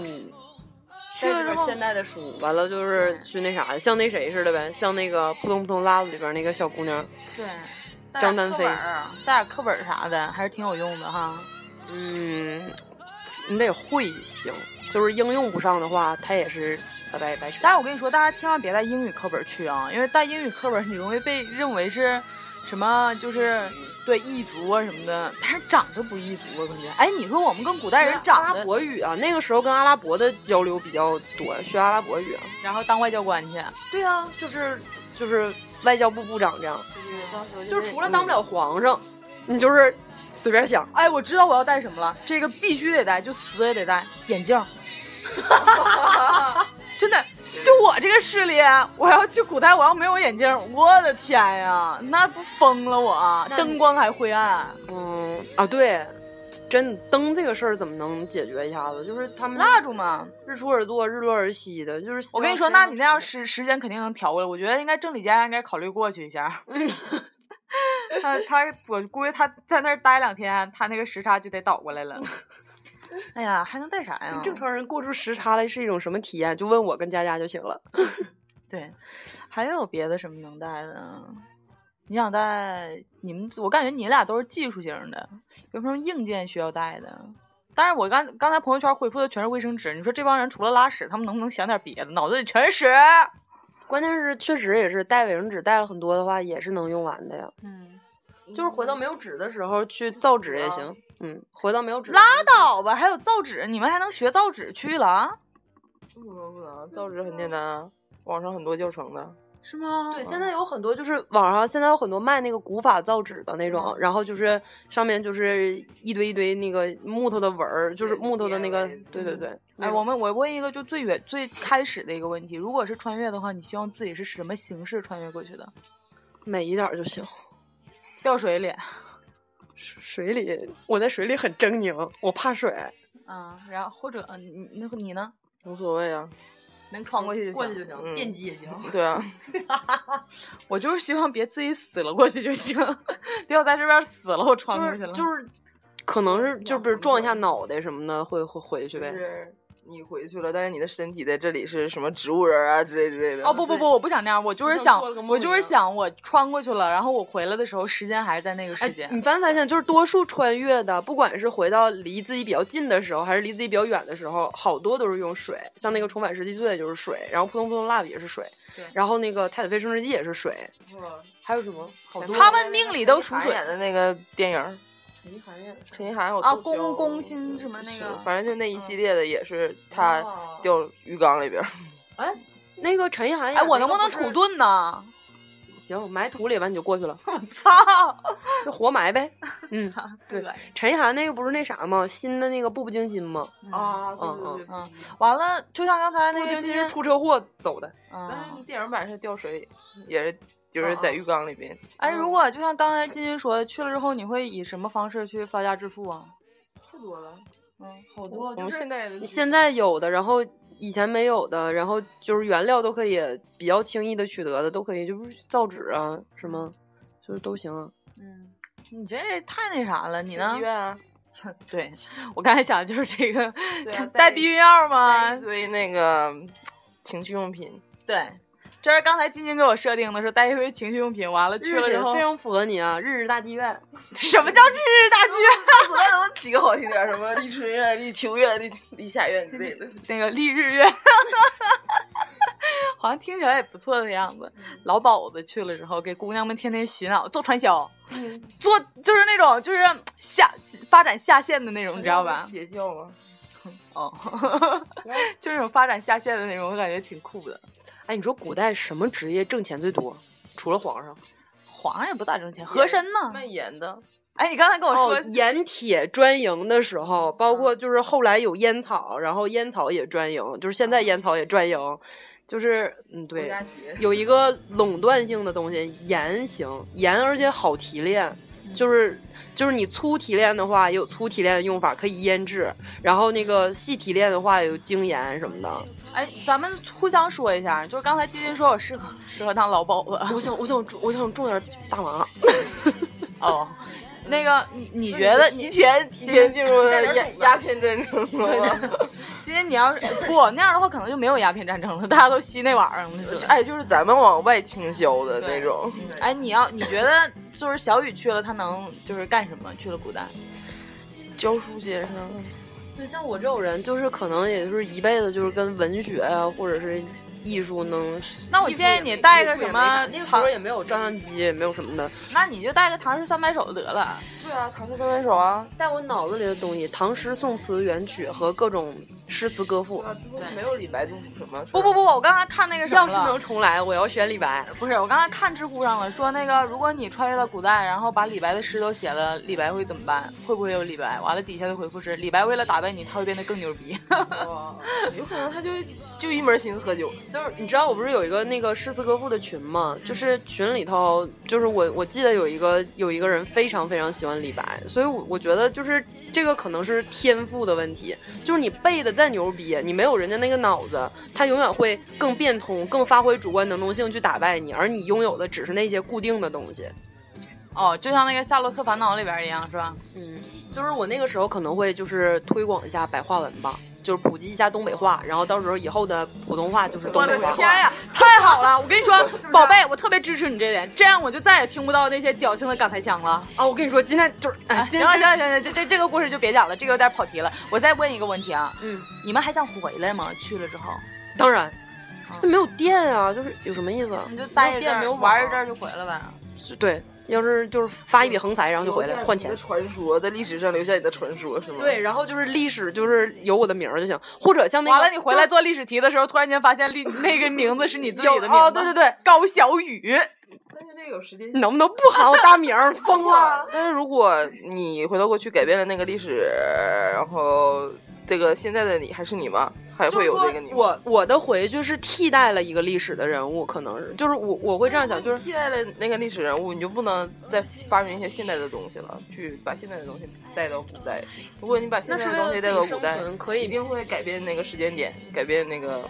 [SPEAKER 1] 去了
[SPEAKER 3] 带
[SPEAKER 1] 之
[SPEAKER 3] 这本
[SPEAKER 1] 后
[SPEAKER 3] 现，代的书，完了就是去那啥，像那谁似的呗，像那个扑通扑通拉子里边那个小姑娘，
[SPEAKER 1] 对，带
[SPEAKER 3] 张
[SPEAKER 1] 点
[SPEAKER 3] 丹
[SPEAKER 1] 课
[SPEAKER 3] 飞
[SPEAKER 1] 本儿，啊带点课本儿啥的，还是挺有用的哈。
[SPEAKER 3] 嗯，你得会行，就是应用不上的话，它也是拜拜白扯。
[SPEAKER 1] 但是我跟你说，大家千万别带英语课本去啊，因为带英语课本你容易被认为是什么，就是对异族啊什么的。但是长得不异族啊，关键。哎，你说我们跟古代人
[SPEAKER 3] 阿
[SPEAKER 1] 长
[SPEAKER 3] 拉
[SPEAKER 1] 得，
[SPEAKER 3] 伯语啊，那个时候跟阿拉伯的交流比较多，学阿拉伯语啊。
[SPEAKER 1] 然后当外交官去，
[SPEAKER 3] 对啊，就是就是外交部部长这样，就是除了当不了皇上，你就是随便想。
[SPEAKER 1] 哎，我知道我要带什么了，这个必须得带，就死也得带眼镜儿。 真的，就我这个视力，我要去古代，我要没有眼镜儿，我的天呀，那不疯了我！啊
[SPEAKER 3] 那你
[SPEAKER 1] 灯光还灰暗，
[SPEAKER 3] 嗯啊，对，真的灯这个事儿怎么能解决一下子？就是他们
[SPEAKER 1] 蜡烛嘛。
[SPEAKER 3] 日出而作，日落而息的，就是
[SPEAKER 1] 我跟你说，
[SPEAKER 3] 啊
[SPEAKER 1] 那你那样时时间肯定能调过来。我觉得应该政理家应该考虑过去一下。
[SPEAKER 3] 嗯
[SPEAKER 1] 他他，我估计他在那儿待两天，他那个时差就得倒过来了。 哎呀，还能带啥呀？
[SPEAKER 3] 嗯正常人过出时差来是一种什么体验？就问我跟佳佳就行了。
[SPEAKER 1] 对，还有别的什么能带的？你想带你们？我感觉你俩都是技术型的，有什么硬件需要带的？但是我刚刚才朋友圈回复的全是卫生纸，你说这帮人除了拉屎，他们能不能想点别的？脑子里全是屎。
[SPEAKER 3] 关键是确实也是带卫生纸带了很多的话，也是能用完的呀。
[SPEAKER 1] 嗯，
[SPEAKER 3] 就是回到没有纸的时候去造纸也行。嗯，回到没有纸
[SPEAKER 1] 拉倒吧，还有造纸，你们还能学造纸去了啊？
[SPEAKER 2] 为什么不能？造纸很简单啊，网上很多教程的。
[SPEAKER 1] 是吗？
[SPEAKER 3] 对，现在有很多就是网上现在有很多卖那个古法造纸的那种，然后就是上面就是一堆一堆那个木头的纹儿，就是木头的那个，对对对。
[SPEAKER 1] 哎，
[SPEAKER 3] 那种
[SPEAKER 1] 我们我问一个就最远最开始的一个问题，如果是穿越的话，你希望自己是什么形式穿越过去的？
[SPEAKER 3] 美一点儿就行。
[SPEAKER 1] 掉水里
[SPEAKER 3] 水里，我在水里很狰狞，我怕水。
[SPEAKER 1] 啊，然后或者嗯，你那你呢？
[SPEAKER 2] 无所谓啊，
[SPEAKER 1] 能穿过去就行，
[SPEAKER 3] 过去就行
[SPEAKER 2] 嗯
[SPEAKER 1] 电击 也行。
[SPEAKER 2] 对啊，
[SPEAKER 1] 我就是希望别自己死了过去就行， 别我在这边死了我穿
[SPEAKER 3] 就
[SPEAKER 1] 过
[SPEAKER 3] 是
[SPEAKER 1] 去了。
[SPEAKER 3] 就是，可能是就比如撞一下脑袋什么的，会会回去
[SPEAKER 2] 就
[SPEAKER 3] 呗。
[SPEAKER 2] 是你回去了，但是你的身体在这里是什么植物人儿啊之类之类的。
[SPEAKER 1] 哦不不不，我不想那样，我就是
[SPEAKER 3] 就像
[SPEAKER 1] 想
[SPEAKER 3] 做了个，梦
[SPEAKER 1] 我就是
[SPEAKER 3] 一样
[SPEAKER 1] 想我穿过去了，然后我回来的时候时间还是在那个时间。
[SPEAKER 3] 哎你发没发现，就是多数穿越的，不管是回到离自己比较近的时候，还是离自己比较远的时候，好多都是用水。像那个《重返十七岁》就是水，然后《扑通扑通 love》也是水
[SPEAKER 1] 对，
[SPEAKER 3] 然后那个《太子妃升职记》也是水，
[SPEAKER 2] 不，
[SPEAKER 3] 还有什么？好多啊
[SPEAKER 1] 他们命里都属水
[SPEAKER 2] 演的那个电影儿，
[SPEAKER 3] 陈意涵演的
[SPEAKER 2] 陈意涵我
[SPEAKER 1] 啊
[SPEAKER 2] 都
[SPEAKER 1] 宫
[SPEAKER 2] 教
[SPEAKER 1] 宫心什么那个
[SPEAKER 2] 反正就
[SPEAKER 3] 嗯
[SPEAKER 2] 那一系列的也
[SPEAKER 3] 哦
[SPEAKER 2] 是他掉浴缸里边儿。
[SPEAKER 3] 那个陈意涵演的
[SPEAKER 1] 哎，
[SPEAKER 3] 那个
[SPEAKER 1] 我能不
[SPEAKER 3] 不
[SPEAKER 1] 能
[SPEAKER 3] 是
[SPEAKER 1] 土？遁呢？
[SPEAKER 3] 行，埋土里吧，你就过去了，
[SPEAKER 1] 我操！
[SPEAKER 3] 就活埋呗。 嗯，
[SPEAKER 1] 对，
[SPEAKER 3] 陈意涵那个不是那啥吗？新的那个《步步惊心》吗？
[SPEAKER 2] 啊，
[SPEAKER 3] 嗯
[SPEAKER 2] 对对对，
[SPEAKER 1] 嗯，完了，就像刚才
[SPEAKER 3] 《步
[SPEAKER 1] 那
[SPEAKER 3] 步
[SPEAKER 1] 个
[SPEAKER 3] 惊
[SPEAKER 1] 今
[SPEAKER 3] 心》
[SPEAKER 1] 天，
[SPEAKER 3] 是出车祸走的。
[SPEAKER 1] 嗯，
[SPEAKER 3] 哦
[SPEAKER 2] 电影版是掉水里，也
[SPEAKER 3] 嗯
[SPEAKER 2] 是就是在浴缸里边。
[SPEAKER 1] 哎，如果就像刚才金金说的，去了之后你会以什么方式去发家致富啊？
[SPEAKER 2] 太多了，
[SPEAKER 1] 嗯，
[SPEAKER 2] 好
[SPEAKER 3] 多
[SPEAKER 2] 我
[SPEAKER 3] 就
[SPEAKER 2] 们
[SPEAKER 3] 是
[SPEAKER 2] 现代人的
[SPEAKER 3] 现在有的，然后以前没有的，然后就是原料都可以比较轻易的取得的，都可以，就是造纸啊什么，就是都行啊。
[SPEAKER 1] 嗯，你这太那啥了，你呢
[SPEAKER 2] 医？院啊，
[SPEAKER 1] 对，我刚才想就是这个
[SPEAKER 2] 对啊
[SPEAKER 1] 带避孕药吗
[SPEAKER 2] 一？堆那个情趣用品，
[SPEAKER 1] 对，这是刚才晶晶给我设定的，说带一堆情趣用品，完了去
[SPEAKER 3] 日
[SPEAKER 1] 了之
[SPEAKER 3] 姐
[SPEAKER 1] 后
[SPEAKER 3] 非，常符合你啊，日日大妓 院。
[SPEAKER 1] 什么叫日日大剧啊院？
[SPEAKER 2] 古代能起个好听点儿，什么立春院、立秋院、立立夏院之类的。
[SPEAKER 1] 那个丽日月， 好像听起来也不错的样子。老鸨子去了之后，给姑娘们天天洗脑，做传销，做就是那种就是下发展下线的那种，你知道吧？
[SPEAKER 2] 邪教吗？
[SPEAKER 1] 哦， 就是那种发展下线的那种，我感觉挺酷的。
[SPEAKER 3] 哎，你说古代什么职业挣钱最多？除了皇上，
[SPEAKER 1] 皇上也不咋挣钱，和珅呢？
[SPEAKER 2] 卖盐的，
[SPEAKER 1] 哎，你刚才跟我说，
[SPEAKER 3] 哦，盐铁专营的时候，包括就是后来有烟草，然后烟草也专营，就是现在烟草也专营，就是嗯，对，
[SPEAKER 2] 节
[SPEAKER 3] 有一个垄断性的东西，盐行盐，而且好提炼，就是就是你粗提炼的话也有粗提炼的用法，可以腌制，然后那个细提炼的话有精盐什么的。
[SPEAKER 1] 哎，咱们互相说一下，就是刚才金金说我适合适合当老鸨子
[SPEAKER 3] 我想我想我想种点大麻，
[SPEAKER 1] 哦，那个你你觉得你
[SPEAKER 2] 提前提前进入了
[SPEAKER 1] 这
[SPEAKER 2] 鸦鸦片战争 了吗？
[SPEAKER 1] 今天你要是不那样的话，可能就没有鸦片战争了，大家都吸那玩意儿了是吧。
[SPEAKER 2] 哎，就是咱们往外倾销的那种。
[SPEAKER 3] 嗯
[SPEAKER 1] 哎，你要你觉得就是小雨去了，他能就是干什么？去了古代，
[SPEAKER 2] 教书先生，
[SPEAKER 3] 对，像我这种人就是可能也就是一辈子就是跟文学啊或者是艺术能。
[SPEAKER 1] 那我建议你带个什么
[SPEAKER 3] 那个时
[SPEAKER 1] 唐
[SPEAKER 3] 候，也没有照相机，也没有什么的，
[SPEAKER 1] 那你就带个唐诗三百首得了。
[SPEAKER 2] 对啊，唐诗三百首啊，
[SPEAKER 3] 在我脑子里的东西，唐诗、宋词、元曲和各种诗词歌赋。
[SPEAKER 2] 啊没有李白、杜甫什么。
[SPEAKER 1] 不不不，我刚才看那个什么
[SPEAKER 3] 要是
[SPEAKER 1] 了
[SPEAKER 3] 能重来，我要选李白。
[SPEAKER 1] 不是，我刚才看知乎上了，说那个如果你穿越了古代，然后把李白的诗都写了，李白会怎么办？会不会有李白？完了底下的回复是，李白为了打败你，他会变得更牛逼。
[SPEAKER 2] 不，有可能他就就一门心思喝酒。
[SPEAKER 3] 就是你知道我不是有一个那个诗词歌赋的群吗？就是群里头，就是我我记得有一个有一个人非常非常喜欢李白，所以我我觉得就是这个可能是天赋的问题，就是你背的再牛逼，你没有人家那个脑子，他永远会更变通，更发挥主观能动性去打败你，而你拥有的只是那些固定的东西。
[SPEAKER 1] 哦，就像那个《夏洛特烦恼》里边一样，是吧？
[SPEAKER 3] 嗯，就是我那个时候可能会就是推广一下白话文吧，就是普及一下东北话，然后到时候以后的普通话就是东北话。
[SPEAKER 1] 呀，太好了！我跟你说，宝贝，我特别支持你这点，这样我就再也听不到那些矫情的港台腔了。
[SPEAKER 3] 啊，我跟你说，今天就是哎
[SPEAKER 1] 哎，，
[SPEAKER 3] 今
[SPEAKER 1] 行
[SPEAKER 3] 天
[SPEAKER 1] 了行了
[SPEAKER 3] 真
[SPEAKER 1] 行了，这这这个故事就别讲了，这个有点跑题了。我再问一个问题啊，
[SPEAKER 3] 嗯，
[SPEAKER 1] 你们还想回来吗？去了之后，
[SPEAKER 3] 当然
[SPEAKER 1] 啊，
[SPEAKER 3] 那没有电啊，就是有什么意思？
[SPEAKER 1] 你就待一阵
[SPEAKER 3] 电没
[SPEAKER 1] 儿
[SPEAKER 3] 有网
[SPEAKER 1] 玩一阵儿就回来呗。
[SPEAKER 3] 是对，要是就是发一笔横财，然后就回来换钱
[SPEAKER 2] 的。传说在历史上留下你的传说是吗？
[SPEAKER 3] 对，，然后就是历史，就是有我的名儿就行，或者像那个
[SPEAKER 1] 完了，你回来做历史题的时候，突然间发现历那个名字是你自己
[SPEAKER 3] 有
[SPEAKER 1] 的名字，
[SPEAKER 3] 哦，对对对，
[SPEAKER 1] 高小雨。
[SPEAKER 2] 但是这个有时间
[SPEAKER 3] 你能不能不喊我大名 儿？疯了！
[SPEAKER 2] 啊但是如果你回到过去改变了那个历史，然后这个现在的你还是你吗？还
[SPEAKER 3] 就是
[SPEAKER 2] 会有
[SPEAKER 3] 说
[SPEAKER 2] 这个你吗？
[SPEAKER 3] 我我的回去是替代了一个历史的人物，可能是就是我我会这样想，就是
[SPEAKER 2] 替代了那个历史人物，你就不能再发明一些现代的东西了，去把现代的东西带到古代。如果你把现
[SPEAKER 3] 那
[SPEAKER 2] 代
[SPEAKER 3] 是
[SPEAKER 2] 的
[SPEAKER 3] 为
[SPEAKER 2] 东
[SPEAKER 3] 了
[SPEAKER 2] 西
[SPEAKER 3] 自己
[SPEAKER 2] 带到古
[SPEAKER 3] 生
[SPEAKER 2] 代，
[SPEAKER 3] 存，可
[SPEAKER 2] 一
[SPEAKER 3] 以。
[SPEAKER 2] 定会改变那个时间点，改变那个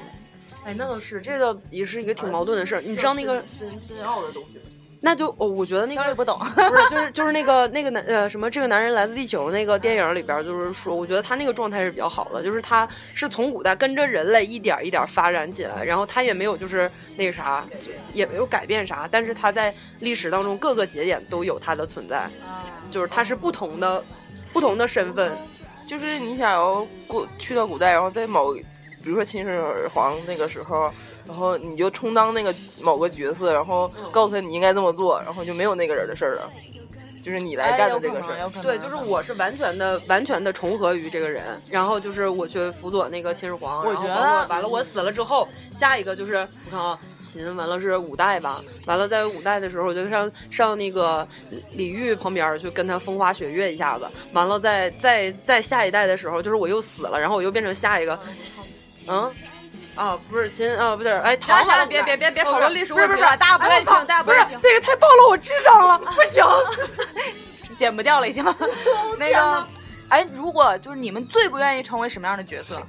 [SPEAKER 3] 哎，那倒是，这个也是一个挺矛盾的事儿。你知道那个，
[SPEAKER 2] 深深奥的东西。
[SPEAKER 3] 那就哦，我觉得那
[SPEAKER 1] 小雨
[SPEAKER 3] 个
[SPEAKER 1] 不懂，
[SPEAKER 3] 不是，就是就是那个那个男呃什么这个男人来自地球那个电影里边，就是说，我觉得他那个状态是比较好的，就是他是从古代跟着人类一点儿一点儿发展起来，然后他也没有就是那个啥，就也没有改变啥，但是他在历史当中各个节点都有他的存在，
[SPEAKER 1] 啊
[SPEAKER 3] 就是他是不同的不同的身份，
[SPEAKER 2] 就是你想要过去到古代，然后在某，比如说秦始皇那个时候，然后你就嗯充当那个某个角色，然后告诉他你应该这么做，然后就没有那个人的事儿了。就是你来干的这个事
[SPEAKER 1] 哎有可能有
[SPEAKER 2] 儿。
[SPEAKER 1] 可能
[SPEAKER 3] 对，就是我是完全的、完全的重合于这个人，然后就是我去辅佐那个秦始皇，
[SPEAKER 1] 我
[SPEAKER 3] 然后
[SPEAKER 1] 觉
[SPEAKER 3] 包括
[SPEAKER 1] 得
[SPEAKER 3] 完了我死了之后，下一个就是你看啊，秦完了是五代吧，完了在五代的时候，我就上上那个李煜旁边儿去跟他风花雪月一下子，完了再再再下一代的时候，就是我又死了，然后我又变成下一个，嗯。啊，不是秦啊，不对，哎，
[SPEAKER 1] 行
[SPEAKER 3] 唐
[SPEAKER 1] 了行
[SPEAKER 3] 完
[SPEAKER 1] 了，
[SPEAKER 3] 了
[SPEAKER 1] 别
[SPEAKER 3] 五
[SPEAKER 1] 别
[SPEAKER 3] 代
[SPEAKER 1] 别别
[SPEAKER 3] 哦
[SPEAKER 1] 讨
[SPEAKER 3] 不
[SPEAKER 1] 论
[SPEAKER 3] 是
[SPEAKER 1] 历史
[SPEAKER 3] 不是
[SPEAKER 1] 问
[SPEAKER 3] 不
[SPEAKER 1] 题
[SPEAKER 3] 是
[SPEAKER 1] 了，大家不
[SPEAKER 3] 哎
[SPEAKER 1] 爱
[SPEAKER 3] 我
[SPEAKER 1] 听
[SPEAKER 3] 操，
[SPEAKER 1] 大家
[SPEAKER 3] 不是
[SPEAKER 1] 爱听，
[SPEAKER 3] 这个太暴露我智 商了，不行。
[SPEAKER 1] 剪不掉了已 经。那个，哎，如果就是你们最不愿意成为什么样的角色？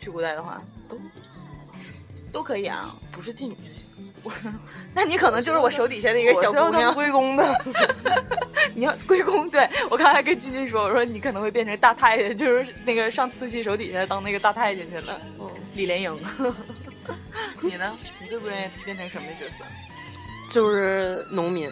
[SPEAKER 1] 去古代的话，
[SPEAKER 2] 都
[SPEAKER 1] 都可以啊。
[SPEAKER 2] 不是妓女就行，
[SPEAKER 1] 那你可能就是我手底下的一个
[SPEAKER 2] 我
[SPEAKER 1] 小
[SPEAKER 2] 是要
[SPEAKER 1] 姑
[SPEAKER 2] 当
[SPEAKER 1] 娘。
[SPEAKER 2] 归公的。
[SPEAKER 1] 你要归公，对我刚才跟晶晶说，我说你可能会变成大太监，就是那个上慈禧手底下当那个大太监去了。李莲 英，你呢？你最不愿意变成什么角色？
[SPEAKER 3] 就是农民，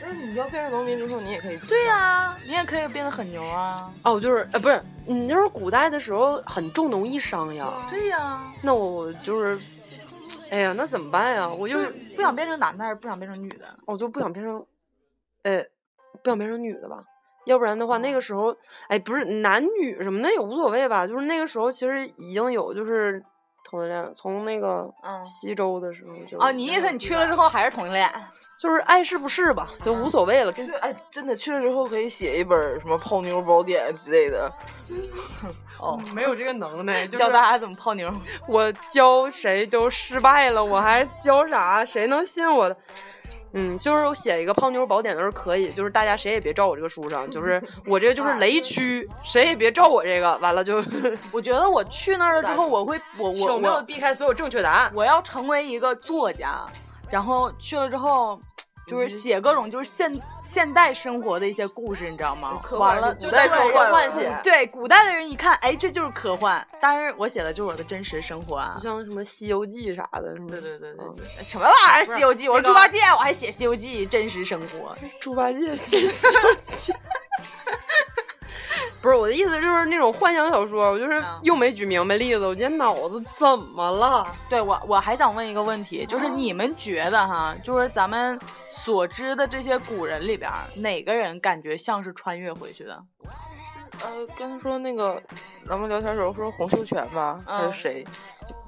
[SPEAKER 2] 但是你要变成农民之后，你也可以自
[SPEAKER 1] 对
[SPEAKER 2] 杀
[SPEAKER 1] 呀、你也可以变得很牛啊。
[SPEAKER 3] 哦，就是呃，不是，你那时候古代的时候很重农抑商呀。
[SPEAKER 1] 对呀、
[SPEAKER 3] 那我就是，哎呀，那怎么办呀？我就
[SPEAKER 1] 就是
[SPEAKER 3] 是
[SPEAKER 1] 不想变成男的，还是不想变成女的？
[SPEAKER 3] 我就不想变成，呃，不想变成女的吧。要不然的话，那个时候，哎，不是男女什么的也无所谓吧。就是那个时候，其实已经有就是同性恋，从那个
[SPEAKER 1] 嗯
[SPEAKER 3] 西周的时候就
[SPEAKER 1] 啊，你意思你去了之后还是同性恋？
[SPEAKER 3] 就是爱是不是吧，就无所谓了。跟
[SPEAKER 2] 去哎，真的去了之后可以写一本儿什么泡妞宝典之类的。
[SPEAKER 1] 哦，
[SPEAKER 3] 没有这个能耐，就
[SPEAKER 1] 教大家怎么泡妞。
[SPEAKER 3] 我教谁都失败了，我还教啥？谁能信我的？嗯，就是我写一个泡妞宝典的时候可以，就是大家谁也别照我这个书 上，就是我这个就是雷区，谁也别照我这个，完了 就
[SPEAKER 1] 我觉得我去那儿了之后，我会我我
[SPEAKER 3] 巧妙
[SPEAKER 1] 我
[SPEAKER 3] 避开所有正确答案。
[SPEAKER 1] 我要成为一个作家，然后去了之后。就是写各种就是现现代生活的一些故事，你知道吗？
[SPEAKER 2] 科
[SPEAKER 1] 完
[SPEAKER 2] 幻
[SPEAKER 1] 了，
[SPEAKER 2] 古
[SPEAKER 1] 就
[SPEAKER 2] 代
[SPEAKER 1] 对
[SPEAKER 2] 科幻
[SPEAKER 3] 幻
[SPEAKER 2] 了
[SPEAKER 3] 写
[SPEAKER 1] 嗯对古代的人一看，哎，这就是科幻。但是我写的就是我的真实生活啊
[SPEAKER 3] 就。像什么《西游记》啥的，什么
[SPEAKER 1] 对对对对
[SPEAKER 3] 嗯
[SPEAKER 1] 对，什么玩意儿《西游记》？我是
[SPEAKER 3] 那个
[SPEAKER 1] 猪八戒，我还写《西游记》真实生活。
[SPEAKER 3] 猪八戒写《西游记》。不是我的意思，就是那种幻想小说，我就是
[SPEAKER 1] 啊
[SPEAKER 3] 又没举明白例子，我今天脑子怎么了？
[SPEAKER 1] 对我，我还想问一个问题，就是你们觉得哈，就是咱们所知的这些古人里边儿，哪个人感觉像是穿越回去的？
[SPEAKER 2] 呃，刚才说那个，咱们聊天时候说洪秀全吧，
[SPEAKER 1] 嗯
[SPEAKER 2] 还是谁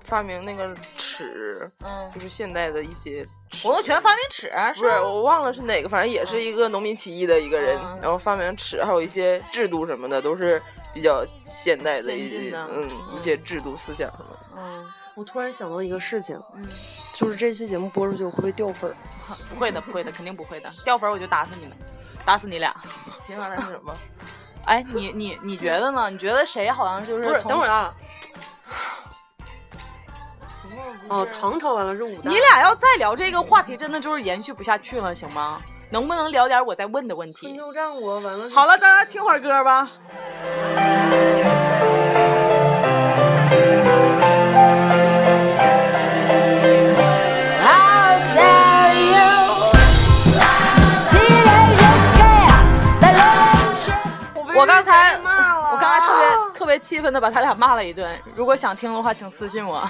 [SPEAKER 2] 发明那个尺，
[SPEAKER 1] 嗯，
[SPEAKER 2] 就是现代的一些尺
[SPEAKER 1] 洪秀全发明尺
[SPEAKER 2] 不是，我忘了是哪个，反正也是一个农民起义的一个人，
[SPEAKER 1] 嗯
[SPEAKER 2] 然后发明尺，还有一些制度什么的，都是比较现代的
[SPEAKER 1] 先
[SPEAKER 2] 一
[SPEAKER 1] 进
[SPEAKER 2] 些
[SPEAKER 1] 的
[SPEAKER 2] 嗯一些制度思想什么的。
[SPEAKER 1] 嗯
[SPEAKER 3] 我突然想到一个事情，
[SPEAKER 1] 嗯，
[SPEAKER 3] 就是这期节目播出去，我会不会掉粉儿？
[SPEAKER 1] 不会的，不会的，肯定不会的，掉粉儿我就打死你们，打死你俩。
[SPEAKER 2] 秦始皇是什么？
[SPEAKER 1] 哎，你你你觉得呢？你觉得谁好像就是
[SPEAKER 3] 不是，
[SPEAKER 1] 从
[SPEAKER 3] 等会儿啊。
[SPEAKER 2] 秦末不是
[SPEAKER 3] 哦，唐朝完了是五代。
[SPEAKER 1] 你俩要再聊这个话题，真的就是延续不下去了，行吗？能不能聊点我在问的问
[SPEAKER 3] 春
[SPEAKER 1] 题？
[SPEAKER 3] 秋战国完了是。
[SPEAKER 1] 好了，大家听会儿歌吧。
[SPEAKER 4] I'll tell you. Teenagers scare the little shit.
[SPEAKER 1] 我刚才我刚才特别特别气愤的把他俩骂了一顿。如果想听的话，请私信 我。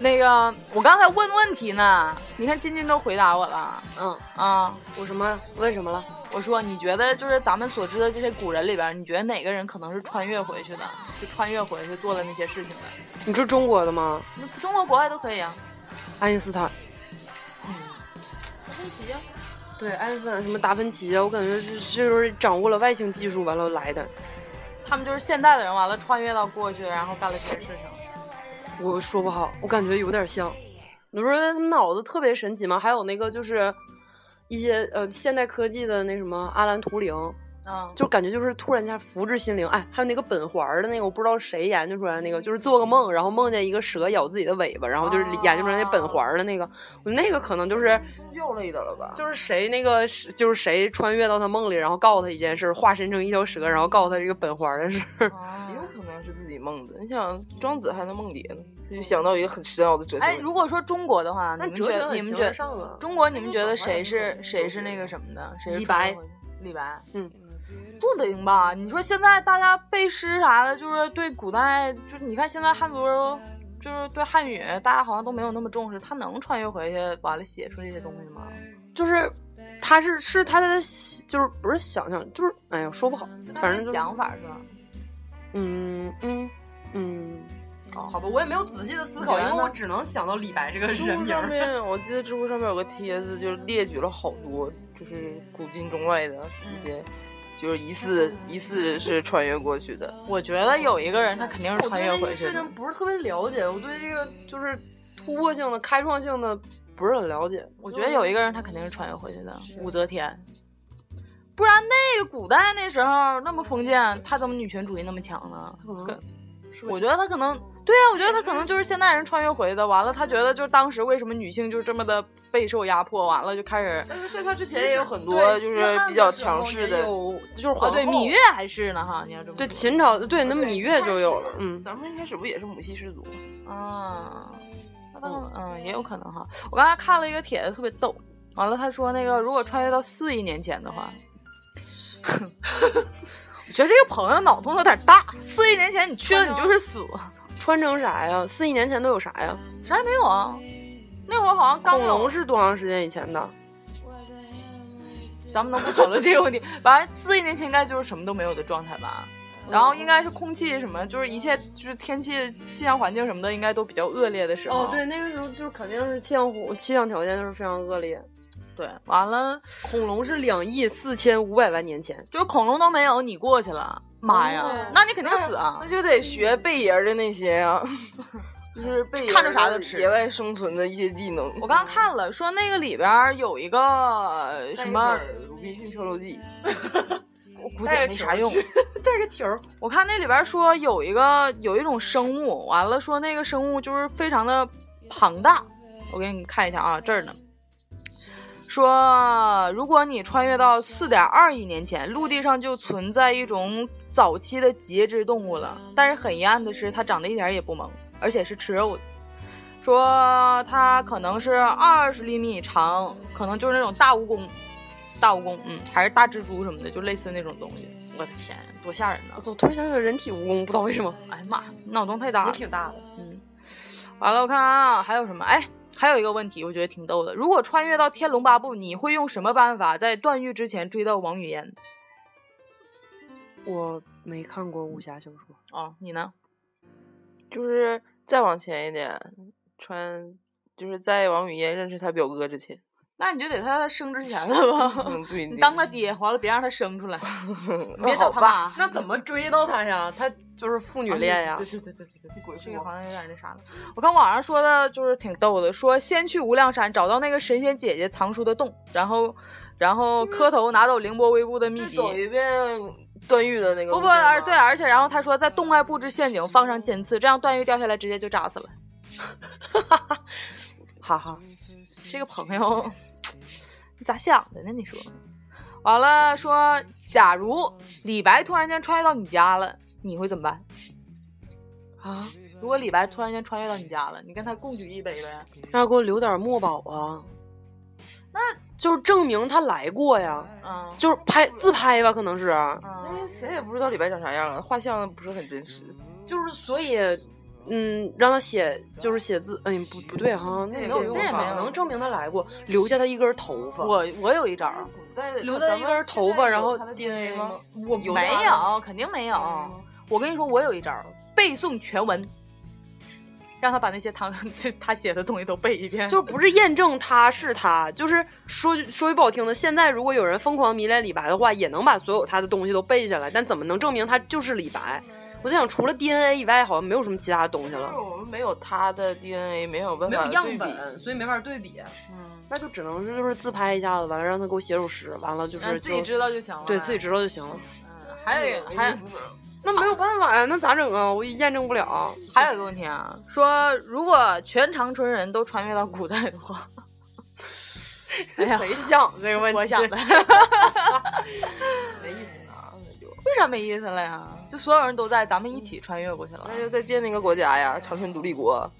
[SPEAKER 1] 那个，我刚才问问题呢，你看金金都回答我了
[SPEAKER 3] 嗯，
[SPEAKER 1] 啊。
[SPEAKER 3] 我什么？问什么了？
[SPEAKER 1] 我说，你觉得就是咱们所知的这些古人里边，你觉得哪个人可能是穿越回去的？就穿越回去做了那些事情的？
[SPEAKER 3] 你说中国的吗？
[SPEAKER 1] 那中国国外都可以啊。
[SPEAKER 3] 爱因斯坦。
[SPEAKER 1] 嗯，
[SPEAKER 3] 啊对，爱因斯坦什么达芬奇啊，我感觉这这就是掌握了外星技术完了来的。
[SPEAKER 1] 他们就是现代的人，完了穿越到过去，然后干了这些事情。
[SPEAKER 3] 我说不好，我感觉有点像。你说他们脑子特别神奇吗？还有那个就是一些呃现代科技的那什么阿兰图灵，
[SPEAKER 1] 嗯，
[SPEAKER 3] 就感觉就是突然间福至心灵，哎，还有那个本环儿的那个，我不知道谁研究出来的那个，就是做个梦，然后梦见一个蛇咬自己的尾巴，然后就是
[SPEAKER 1] 哦
[SPEAKER 3] 研究出来那本环儿的那个，我那个可能就是
[SPEAKER 2] 又类的了吧？
[SPEAKER 3] 就是谁那个是就是谁穿越到他梦里，然后告诉他一件事儿，化身成一条蛇，然后告诉他这个本环儿的 事儿。
[SPEAKER 1] 哦
[SPEAKER 2] 也有可能是自己梦的。你想，庄子还能梦蝶呢，他就想到一个很深奥的哲学
[SPEAKER 1] 哎，
[SPEAKER 2] 问题。
[SPEAKER 1] 如果说中国的话，你
[SPEAKER 3] 那
[SPEAKER 1] 们觉得你们觉得
[SPEAKER 3] 上了，
[SPEAKER 1] 中国，你们觉得谁是谁是那个什么的？谁是
[SPEAKER 3] 李
[SPEAKER 1] 传
[SPEAKER 3] 白
[SPEAKER 1] 说回去？李白，
[SPEAKER 3] 嗯，
[SPEAKER 1] 不能吧？你说现在大家背诗啥的，就是对古代，就是你看现在汉族人，就是对汉语，大家好像都没有那么重视。他能穿越回去，完了写出这些东西吗？
[SPEAKER 3] 就是他是是他的就是不是想象，就是哎呀说不好，反正就是
[SPEAKER 1] 想法是吧？
[SPEAKER 3] 嗯嗯嗯，
[SPEAKER 1] 哦，好吧，我也没有仔细的思
[SPEAKER 2] 考因为我
[SPEAKER 1] 只能想到李白这个
[SPEAKER 2] 知乎上面，我记得知乎上面有个帖子，就是列举了好多，就是古今中外的一些，就是疑似疑似是穿越过去的。
[SPEAKER 1] 我觉得有一个人他肯定是
[SPEAKER 3] 我
[SPEAKER 1] 穿
[SPEAKER 3] 对
[SPEAKER 1] 越
[SPEAKER 3] 这
[SPEAKER 1] 回
[SPEAKER 3] 个
[SPEAKER 1] 去的
[SPEAKER 3] 事情。不是特别了解，我对这个就是突破性的、开创性的不是很了解。
[SPEAKER 1] 我觉得有一个人他肯定是穿越回去的，武则天。不然那个古代那时候那么封建，他怎么女权主义那么强呢？跟我觉得他可
[SPEAKER 3] 嗯
[SPEAKER 1] 能，对啊呀、我觉得他可能就是现代人穿越回的。完了，他觉得就是当时为什么女性就这么的备受压迫，完了就开始
[SPEAKER 2] 但是在他之前也有很多
[SPEAKER 3] 对
[SPEAKER 2] 就
[SPEAKER 3] 西
[SPEAKER 2] 是
[SPEAKER 3] 汉
[SPEAKER 2] 比
[SPEAKER 3] 的
[SPEAKER 2] 较
[SPEAKER 3] 时
[SPEAKER 2] 强
[SPEAKER 3] 候
[SPEAKER 2] 势
[SPEAKER 3] 也
[SPEAKER 2] 的
[SPEAKER 3] 有就是
[SPEAKER 1] 啊，
[SPEAKER 3] 皇
[SPEAKER 1] 对
[SPEAKER 3] 后
[SPEAKER 1] 芈月还是呢哈，你要这么
[SPEAKER 3] 对
[SPEAKER 1] 说
[SPEAKER 3] 秦朝对那芈月就有了，
[SPEAKER 2] 嗯，
[SPEAKER 3] 嗯，
[SPEAKER 2] 咱们一开始不也是母系氏族吗？
[SPEAKER 1] 啊，那倒嗯也有可能哈。我刚才看了一个帖子特别逗，完了他说那个如果穿越到四亿年前的话，
[SPEAKER 3] 哎
[SPEAKER 1] 我觉得这个朋友脑洞有点大。四亿年前你去了你就是死，
[SPEAKER 3] 嗯穿成啥呀？四亿年前都有啥呀？
[SPEAKER 1] 啥也没有啊。那会儿好像刚
[SPEAKER 3] 恐
[SPEAKER 1] 有
[SPEAKER 3] 龙是多长时间以前的？
[SPEAKER 1] 咱们能不讨论这个问题？反正四亿年前应该就是什么都没有的状态吧。然后应该是空气什么，就是一切就是天气、气象环境什么的，应该都比较恶劣的时候。
[SPEAKER 3] 哦，对，那个时候就是肯定是气象火气象条件就是非常恶劣。
[SPEAKER 1] 对，完了
[SPEAKER 3] 恐龙是两亿四千五百万年前，
[SPEAKER 1] 就是恐龙都没有，你过去了，妈呀，那你肯定死啊
[SPEAKER 2] 那！就得学贝爷儿的那些呀、就是贝爷
[SPEAKER 1] 看着
[SPEAKER 2] 儿
[SPEAKER 1] 啥
[SPEAKER 2] 的
[SPEAKER 1] 都吃
[SPEAKER 2] 野外生存的一些技能。
[SPEAKER 1] 我刚看了，说那个里边儿有一个呃什么，
[SPEAKER 2] 《鲁滨逊漂流记
[SPEAKER 3] 我估计
[SPEAKER 1] 带
[SPEAKER 3] 也
[SPEAKER 1] 个
[SPEAKER 3] 没
[SPEAKER 1] 球
[SPEAKER 3] 啥用。
[SPEAKER 1] 带个球。我看那里边儿说有一个有一种生物，完了说那个生物就是非常的庞大。我给你看一下啊，这儿呢。说，如果你穿越到四点二亿年前，陆地上就存在一种早期的节肢动物了。但是很遗憾的是，它长得一点儿也不萌，而且是吃肉的。说它可能是二十厘米长，可能就是那种大蜈蚣，大蜈蚣，嗯，还是大蜘蛛什么的，就类似那种东西。我的天，多吓人呢
[SPEAKER 3] 哦我！突然想起来人体蜈蚣，不知道为什么
[SPEAKER 1] 哎呀妈，脑洞太大了。
[SPEAKER 3] 大的。
[SPEAKER 1] 嗯，完了，我看啊，还有什么？哎，还有一个问题，我觉得挺逗的。如果穿越到《天龙八部》，你会用什么办法在段誉之前追到王语嫣？
[SPEAKER 3] 我没看过武侠小说，
[SPEAKER 1] 哦，你呢？》，
[SPEAKER 2] 就是再往前一点，穿就是在王语嫣认识他表哥之 前，
[SPEAKER 1] 那你就得他生之前了吧？
[SPEAKER 2] 嗯，对，
[SPEAKER 1] 你嗯当他爹，完了别让他生出来，你别
[SPEAKER 2] 那
[SPEAKER 1] 找
[SPEAKER 2] 好
[SPEAKER 1] 他
[SPEAKER 2] 吧，
[SPEAKER 1] 妈。
[SPEAKER 3] 那怎么追到他呀？他就是父女恋呀。
[SPEAKER 1] 对对对对对啊对，这
[SPEAKER 2] 这
[SPEAKER 1] 个
[SPEAKER 2] 个
[SPEAKER 1] 好像有点那啥了。啊我看网上说的就是挺逗的，说先去无量山找到那个神仙姐姐藏书的洞，然后然后磕头拿走凌波微步的秘籍，
[SPEAKER 2] 走一遍段誉的那个
[SPEAKER 1] 不
[SPEAKER 2] 路
[SPEAKER 1] 不，
[SPEAKER 2] 线
[SPEAKER 1] 而
[SPEAKER 2] 吧
[SPEAKER 1] 对，，而且然后他说在洞外布置陷阱，放上尖刺，这样段誉掉下来直接就炸死了。
[SPEAKER 3] 哈哈，
[SPEAKER 1] 这个朋友，你咋想的呢？你说，完了说，假如李白突然间穿越到你家了，你会怎么办？
[SPEAKER 3] 啊，
[SPEAKER 1] 如果李白突然间穿越到你家了，你跟他共举一杯呗？
[SPEAKER 3] 让他给我留点墨宝啊。那就是证明他来过呀，
[SPEAKER 1] 嗯
[SPEAKER 3] 就是拍自拍吧，可能是。啊
[SPEAKER 2] 因
[SPEAKER 1] 嗯
[SPEAKER 2] 为谁也不知道李白长啥样啊，画像不是很真实。
[SPEAKER 3] 就是所以，嗯，让他写就是写字，哎，不不对哈、那
[SPEAKER 2] 也
[SPEAKER 3] 个
[SPEAKER 2] 没有用
[SPEAKER 3] 这也
[SPEAKER 2] 法
[SPEAKER 3] 没有能证明他来过，留下他一根头发。
[SPEAKER 1] 我我有一招儿，
[SPEAKER 2] 古代的
[SPEAKER 3] 留
[SPEAKER 2] 咱
[SPEAKER 3] 下
[SPEAKER 2] 们
[SPEAKER 3] 一根
[SPEAKER 2] 现
[SPEAKER 3] 头
[SPEAKER 2] 在
[SPEAKER 3] 发，
[SPEAKER 2] 有
[SPEAKER 3] 然后
[SPEAKER 2] 他的
[SPEAKER 3] DNA 吗？？
[SPEAKER 1] 我
[SPEAKER 2] 有的嗯
[SPEAKER 1] 没
[SPEAKER 2] 啊
[SPEAKER 1] 有，肯定没有。我跟你说，我有一招儿，背诵全文，让他把那些他 他写的东西都背一遍。
[SPEAKER 3] 就不是验证他是他，就是说句说句不好听的，现在如果有人疯狂迷恋李白的话，也能把所有他的东西都背下来，但怎么能证明他就是李白？我在想，除了 DNA 以外，好像没有什么其他的东西
[SPEAKER 2] 就是
[SPEAKER 3] 了，
[SPEAKER 2] 我们没有他的 DNA，没有办法对比，
[SPEAKER 3] 所以没法对比。嗯，那就只能是就是自拍一下子，完了让他给我写首诗，完了就
[SPEAKER 1] 嗯
[SPEAKER 3] 是
[SPEAKER 1] 自己
[SPEAKER 3] 就
[SPEAKER 1] 知道就行了呗。
[SPEAKER 3] 对自己知道就行了。
[SPEAKER 1] 嗯还有一还有
[SPEAKER 3] 那没有办法呀，那咋整啊？我也验证不了。
[SPEAKER 1] 还有一个问题啊，说如果全长春人都穿越到古代的 话，哎呀，
[SPEAKER 3] 谁想这个问题？
[SPEAKER 1] 我想的，
[SPEAKER 2] 没意思啊，那就
[SPEAKER 1] 为啥没意思了呀？就所有人都在，咱们一起穿越过去了
[SPEAKER 2] 那。
[SPEAKER 3] 嗯
[SPEAKER 2] 就再建立一个国家呀，长春独立国。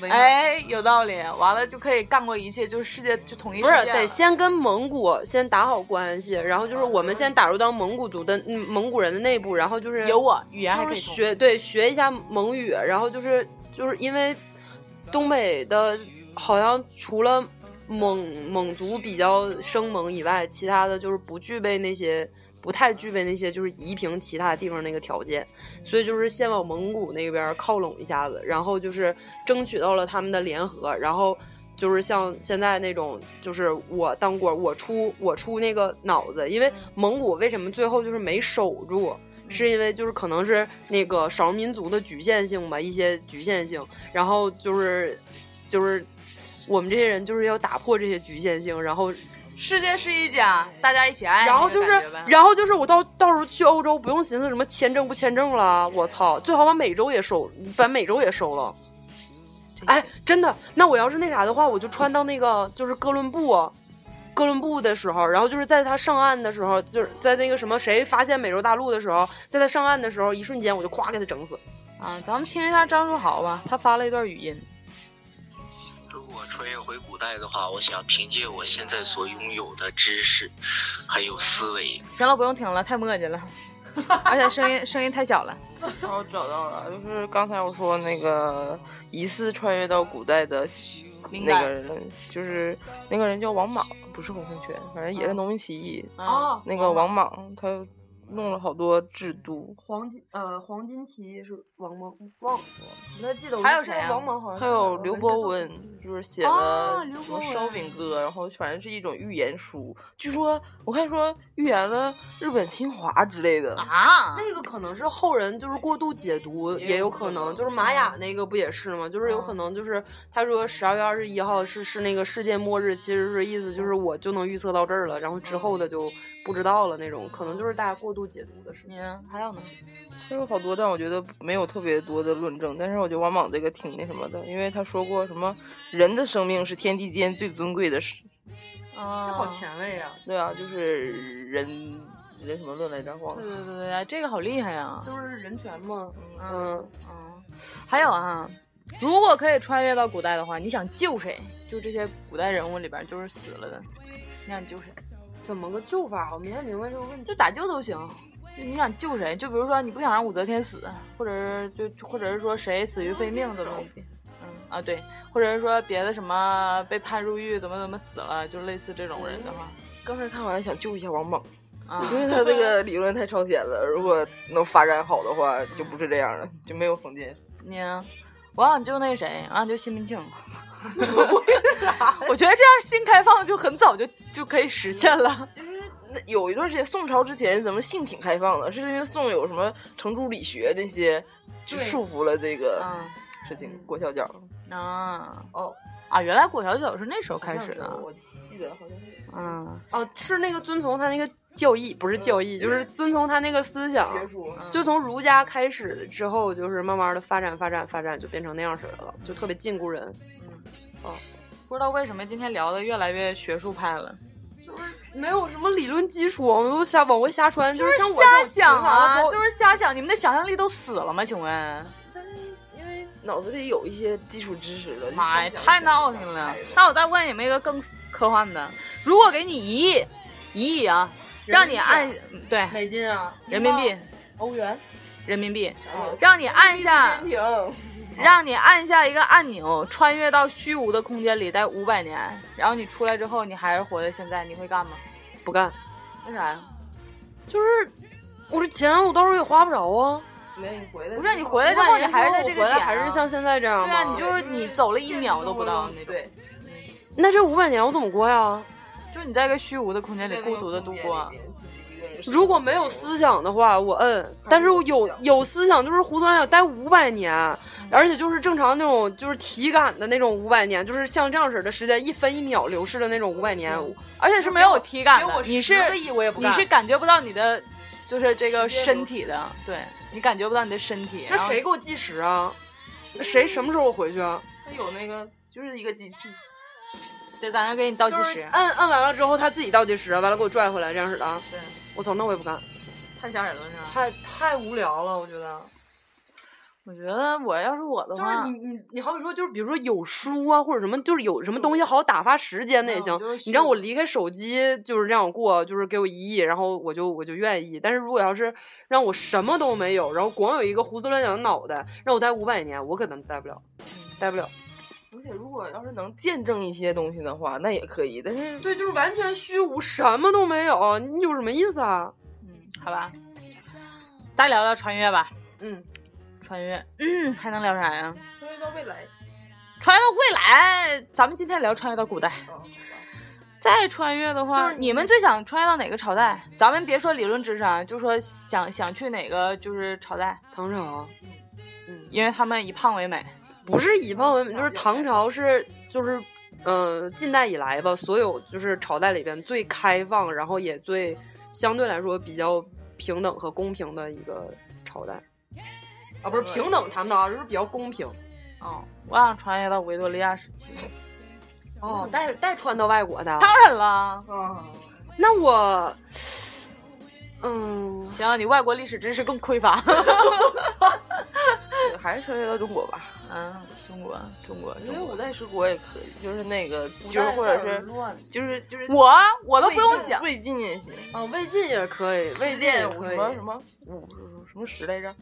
[SPEAKER 1] 哎，有道理。完了就可以干过一切，就是世界就统一世
[SPEAKER 3] 不
[SPEAKER 1] 界
[SPEAKER 3] 是
[SPEAKER 1] 了。
[SPEAKER 3] 得先跟蒙古先打好关系，然后就是我们先打入到蒙古族的嗯蒙古人的内部，然后就是
[SPEAKER 1] 有我语言还
[SPEAKER 3] 就
[SPEAKER 1] 可
[SPEAKER 3] 是
[SPEAKER 1] 以通
[SPEAKER 3] 学对学一下蒙语，然后就是就是因为东北的，好像除了猛猛毒比较生猛以外，其他的就是不具备那些。不太具备那些就是夷平其他地方那个条件，所以就是先往蒙古那边靠拢一下子，然后就是争取到了他们的联合，然后就是像现在那种，就是我当官，我出我出那个脑子，因为蒙古为什么最后就是没守住，是因为就是可能是那个少数民族的局限性吧，一些局限性，然后就是就是我们这些人就是要打破这些局限性，然后
[SPEAKER 1] 世界是一家，大家一起爱。
[SPEAKER 3] 然后就是
[SPEAKER 1] 那种感觉吧，
[SPEAKER 3] 然后就是我到到时候去欧洲，不用寻思什么签证不签证了，我操，最好把美洲也收，把美洲也收了。哎，真的，那我要是那啥的话，我就穿到那个就是哥伦布，哥伦布的时候，然后就是在他上岸的时候，就是在那个什么谁发现美洲大陆的时候，在他上岸的时候，一瞬间我就咵给他整死。
[SPEAKER 1] 啊，咱们听一下张书豪吧，他发了一段语音。
[SPEAKER 5] 如果穿越回古代的话，我想凭借我现在所拥有的知识，还有思维，
[SPEAKER 1] 行了，不用听了，太磨叽 了，而且声音声音太小了。
[SPEAKER 2] 然后找到了，就是刚才我说那个疑似穿越到古代的
[SPEAKER 1] 敏
[SPEAKER 2] 那
[SPEAKER 1] 感
[SPEAKER 2] 个人，就是那个人叫王莽，不是洪承权，反正也是农民起义。
[SPEAKER 1] 啊，
[SPEAKER 2] 那个嗯哦王莽他弄了好多制度，
[SPEAKER 3] 黄金呃黄金奇是王莽忘了，不太记得。
[SPEAKER 1] 还有谁啊
[SPEAKER 3] 王莽好像是
[SPEAKER 2] 还有刘伯温，就是写
[SPEAKER 1] 啊
[SPEAKER 2] 了
[SPEAKER 1] 刘
[SPEAKER 2] 什
[SPEAKER 1] 伯
[SPEAKER 2] 么
[SPEAKER 1] 温
[SPEAKER 2] 烧饼歌，然后反正是一种预言书。据说我看说预言了日本侵华之类的。
[SPEAKER 1] 啊，
[SPEAKER 3] 那个可能是后人就是过度解读，也有可能就是玛
[SPEAKER 2] 嗯
[SPEAKER 3] 雅那个不也是吗？就是有可能就是他说十二月二十一号是是那个世界末日，其实是意思
[SPEAKER 2] 嗯
[SPEAKER 3] 就是我就能预测到这儿了，然后之后的就不知道了那种，可能就是大家过度解读的
[SPEAKER 2] 嗯
[SPEAKER 3] 事情。
[SPEAKER 1] 你呢？还有呢？
[SPEAKER 2] 他有好多，但我觉得没有特别多的论证。但是我觉得王莽这个挺那什么的，因为他说过什么人的生命是天地间最尊贵的事。
[SPEAKER 1] 啊，
[SPEAKER 3] 这好前卫啊！
[SPEAKER 2] 对啊，就是人人什么论来着？忘
[SPEAKER 1] 对
[SPEAKER 2] 了。
[SPEAKER 1] 对对对对，这个好厉害啊！
[SPEAKER 3] 嗯就是人权嘛，
[SPEAKER 1] 嗯嗯，还有啊，如果可以穿越到古代的话，你想救谁？就这些古代人物里边，就是死了的，你想救谁？
[SPEAKER 3] 怎么个救法？我没太明白这个问题。
[SPEAKER 1] 就咋救都行。就你想救谁？就比如说你不想让武则天死，或者是就或者是说谁死于非命这种东西。嗯啊对，或者是说别的什么被判入狱怎么怎么死了，就类似这种人的话，
[SPEAKER 2] 刚才看完想救一下王莽，
[SPEAKER 1] 啊
[SPEAKER 2] 因为 他这个理论太超前了。如果能发展好的话，就不是这样了，就没有封建。
[SPEAKER 1] 你呢我想救那谁，我想救西门庆。 我觉得这样新开放就很早就就可以实现了。
[SPEAKER 2] 那有一段时间，宋朝之前咱们性挺开放的，是因为宋有什么程朱理学这些，就束缚了这个
[SPEAKER 3] 嗯
[SPEAKER 1] 啊
[SPEAKER 2] 事情。裹小脚
[SPEAKER 1] 啊
[SPEAKER 2] 哦，
[SPEAKER 1] 啊！原来裹小脚是那时候开始的。
[SPEAKER 2] 我记得好像是。
[SPEAKER 1] 嗯
[SPEAKER 3] 哦，是那个遵从他那个教义，不是教
[SPEAKER 2] 嗯
[SPEAKER 3] 义，就是遵从他那个思想。
[SPEAKER 2] 学术，
[SPEAKER 3] 就从儒家开始之后，就是慢慢的发展发展发展，就变成那样式儿的了，就特别禁锢人。
[SPEAKER 1] 不知道为什么今天聊的越来越学术派了。
[SPEAKER 3] 没有什么理论基础，我们都瞎往回瞎穿，就是像我
[SPEAKER 1] 瞎
[SPEAKER 3] 这种情
[SPEAKER 1] 想
[SPEAKER 3] 况
[SPEAKER 1] 啊，
[SPEAKER 3] 的时
[SPEAKER 1] 就
[SPEAKER 3] 候
[SPEAKER 1] 是瞎想，你们的想象力都死了吗？请问，
[SPEAKER 2] 脑子里有一些基础知识了。
[SPEAKER 1] 妈呀，
[SPEAKER 2] 就想
[SPEAKER 1] 太闹腾了！那我再问你们一个更科幻的，如果给你一亿，一亿啊，让你按嗯对
[SPEAKER 3] 美金啊，
[SPEAKER 1] 人民币，
[SPEAKER 3] 欧元，
[SPEAKER 1] 人民币，让你按下，让你按下一个按钮，穿越到虚无的空间里待五百年，然后你出来之后，你还是活在现在，你会干吗？
[SPEAKER 3] 不干，
[SPEAKER 1] 为啥呀？
[SPEAKER 3] 就是我这钱我到时候也花不着啊。
[SPEAKER 2] 没你回来
[SPEAKER 1] 不是你回来之后，你还是在这个
[SPEAKER 3] 我回来
[SPEAKER 1] 点
[SPEAKER 3] 还
[SPEAKER 1] 啊
[SPEAKER 3] 是像现在这样
[SPEAKER 1] 对
[SPEAKER 3] 吗？
[SPEAKER 1] 啊，你就是你走了一秒都不到那种，
[SPEAKER 2] 对，
[SPEAKER 3] 那这五百年我怎么过呀？
[SPEAKER 1] 就是你在一个虚无的空间里孤独的度过。
[SPEAKER 3] 如果没有思想的话，我摁；但是我有有思想，就是胡思乱想，待五百年，而且就是正常那种，就是体感的那种五百年，就是像这样式的时间，一分一秒流逝的那种五百年，而且
[SPEAKER 1] 是
[SPEAKER 3] 是
[SPEAKER 1] 没
[SPEAKER 3] 没有
[SPEAKER 1] 有体感
[SPEAKER 3] 嗯给
[SPEAKER 1] 的，
[SPEAKER 3] 我
[SPEAKER 1] 你
[SPEAKER 3] 十
[SPEAKER 1] 是
[SPEAKER 3] 个亿我也不
[SPEAKER 1] 你
[SPEAKER 3] 干
[SPEAKER 1] 是感觉不到你的，就是这个身体的，对你感觉不到你的身体。
[SPEAKER 3] 那
[SPEAKER 1] 然后
[SPEAKER 3] 谁给我计时啊？那谁什么时候我回去啊？
[SPEAKER 2] 他有那个就是一个机器，
[SPEAKER 1] 对在那给你倒计
[SPEAKER 3] 就是
[SPEAKER 1] 时？
[SPEAKER 3] 摁摁完了之后，他自己倒计时，完了给我拽回来，这样式的啊。
[SPEAKER 1] 对，
[SPEAKER 3] 我操，那我也不干，
[SPEAKER 1] 太吓人了是吧？
[SPEAKER 3] 太太无聊了，我觉得。
[SPEAKER 1] 我觉得我要是我的
[SPEAKER 3] 就
[SPEAKER 1] 话
[SPEAKER 3] 是，你你你好比说，就是比如说有书啊，或者什么，就是有什么东西好打发时间的也行
[SPEAKER 1] 嗯就是。
[SPEAKER 3] 你让我离开手机，就是让我过，就是给我一亿，然后我就我就愿意。但是如果要是让我什么都
[SPEAKER 1] 嗯
[SPEAKER 3] 没有，然后光有一个胡思乱想的脑袋，让我待五百年，我可能待不了，待不了。
[SPEAKER 2] 而且如果要是能见证一些东西的话，那也可以。但是
[SPEAKER 3] 对，就是完全虚无，什么都没有，你有什么意思啊？
[SPEAKER 1] 嗯，好吧，大家聊聊穿越吧。
[SPEAKER 3] 嗯，
[SPEAKER 1] 穿越，嗯，还能聊啥呀？
[SPEAKER 2] 穿越到未来，
[SPEAKER 1] 穿越到未来，咱们今天聊穿越到古代。
[SPEAKER 2] 啊，
[SPEAKER 1] 再穿越的话，
[SPEAKER 3] 哦就是
[SPEAKER 1] 你们最想穿越到哪个朝代？咱们别说理论知识啊，就说想想去哪个就是朝代，
[SPEAKER 3] 唐朝
[SPEAKER 1] 因为他们以胖为美。
[SPEAKER 3] 不是以胖为美，就是唐朝是就是，呃，近代以来吧，所有就是朝代里边最开放，然后也最相对来说比较平等和公平的一个朝代。啊，不是平等谈不到啊，就是比较公平。
[SPEAKER 1] 哦，我想穿越到维多利亚时期。
[SPEAKER 3] 哦，带带穿到外国的，啊
[SPEAKER 1] 当然啦，
[SPEAKER 3] 那我，嗯，
[SPEAKER 1] 行，你外国历史知识更匮乏。
[SPEAKER 2] 还是穿越到中国吧，
[SPEAKER 1] 嗯，中国，中国，
[SPEAKER 2] 因
[SPEAKER 1] 中
[SPEAKER 2] 为
[SPEAKER 1] 国。
[SPEAKER 2] 五代十国也可以，就是那个，就是或者是就是就是
[SPEAKER 1] 我我都不用想，
[SPEAKER 2] 魏晋也行，
[SPEAKER 3] 哦，魏晋也可以，魏
[SPEAKER 2] 魏
[SPEAKER 3] 晋也
[SPEAKER 2] 晋五
[SPEAKER 3] 可
[SPEAKER 2] 什
[SPEAKER 3] 以。
[SPEAKER 2] 么什么五什么时来着？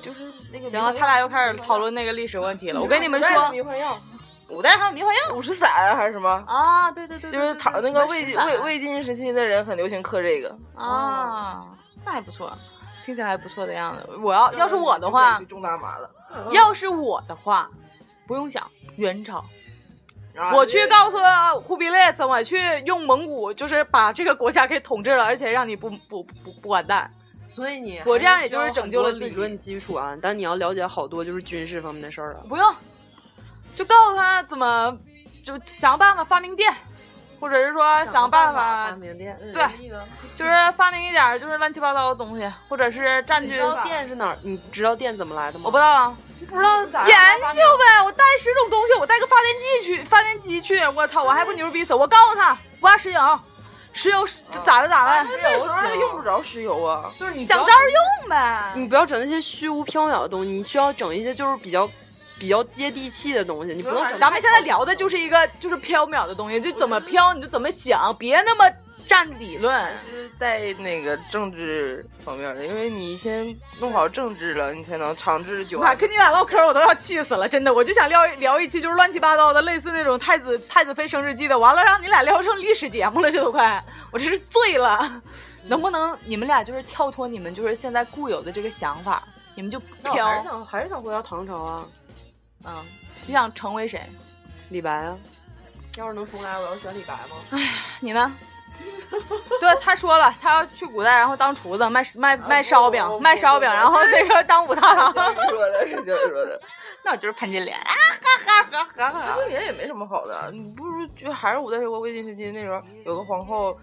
[SPEAKER 2] 就是那个
[SPEAKER 1] 行了，他俩又开始讨论那个历史问题了。我跟你们说，
[SPEAKER 2] 迷幻药
[SPEAKER 1] 古代还有迷幻药
[SPEAKER 2] 五石散还是什么？
[SPEAKER 1] 啊，对对对，
[SPEAKER 2] 就是唐那个魏晋魏魏晋时期的人很流行嗑这个。
[SPEAKER 1] 啊，那还不错，听起来还不错的样子。我要要是我的话
[SPEAKER 2] 去，种大麻了，
[SPEAKER 1] 要是我的话，不用想元朝，
[SPEAKER 2] 然后
[SPEAKER 1] 我去告诉忽必烈怎么去用蒙古，就是把这个国家给统治了，而且让你不不不不完蛋。
[SPEAKER 3] 所以你
[SPEAKER 1] 我这样
[SPEAKER 3] 还
[SPEAKER 1] 也就是
[SPEAKER 3] 需要
[SPEAKER 1] 拯
[SPEAKER 3] 很
[SPEAKER 1] 救
[SPEAKER 3] 多
[SPEAKER 1] 了自
[SPEAKER 3] 理
[SPEAKER 1] 己
[SPEAKER 3] 论基础啊，但你要了解好多就是军事方面的事儿啊了。
[SPEAKER 1] 不用，就告诉他怎么就想办法发明电，或者是说想办法
[SPEAKER 3] 发明电，
[SPEAKER 1] 对，就是发明一点儿就是乱七八糟的东西，或者是占
[SPEAKER 3] 你
[SPEAKER 1] 据
[SPEAKER 3] 知。道电是哪儿？你知道电怎么来的吗？
[SPEAKER 1] 我不知道啊，
[SPEAKER 2] 不知道咋
[SPEAKER 1] 研究呗。我带十种东西，我带个发电机去，发电机去。我操，我还不牛逼死？我告诉他，我要石油，石油是这咋的哎咋的，
[SPEAKER 2] 那时候用不着石油啊，
[SPEAKER 3] 就是你
[SPEAKER 1] 想招儿用呗。
[SPEAKER 3] 你不要整那些虚无缥缈的东西，你需要整一些就是比较比较接地气的东西。你不能整
[SPEAKER 1] 嗯咱们现在聊的就是一个就是缥缈的东西，就怎么缥你就怎么想，别那么占理论。
[SPEAKER 2] 就是在那个政治方面的，因为你先弄好政治了，你才能长治久
[SPEAKER 1] 妈，
[SPEAKER 2] 安。
[SPEAKER 1] 跟你俩唠嗑儿我都要气死了，真的，我就想聊一聊一期就是乱七八糟的，类似那种太子太子妃生日记的，完了让你俩聊成历史节目了，这都快，我真是醉了。能不能你们俩就是跳脱你们就是现在固有的这个想法，你们就不
[SPEAKER 3] 那我还是
[SPEAKER 1] 挑，
[SPEAKER 3] 想还是想回到唐朝啊，
[SPEAKER 1] 嗯，你想成为谁？
[SPEAKER 3] 李白啊。要是能重来，我要选李白吗？
[SPEAKER 1] 你 呢？对，他说了，他要去古代，然后当厨子，卖卖卖烧饼
[SPEAKER 2] 不不，不
[SPEAKER 1] 卖烧饼，
[SPEAKER 2] 不不
[SPEAKER 1] 然后那个当武 大 郎。
[SPEAKER 2] 小雨说的，小雨说的，
[SPEAKER 1] 那我就是潘金莲。
[SPEAKER 2] 这人也没什么好的，啊你不如就还是五代十国魏晋时期那时候有个皇后，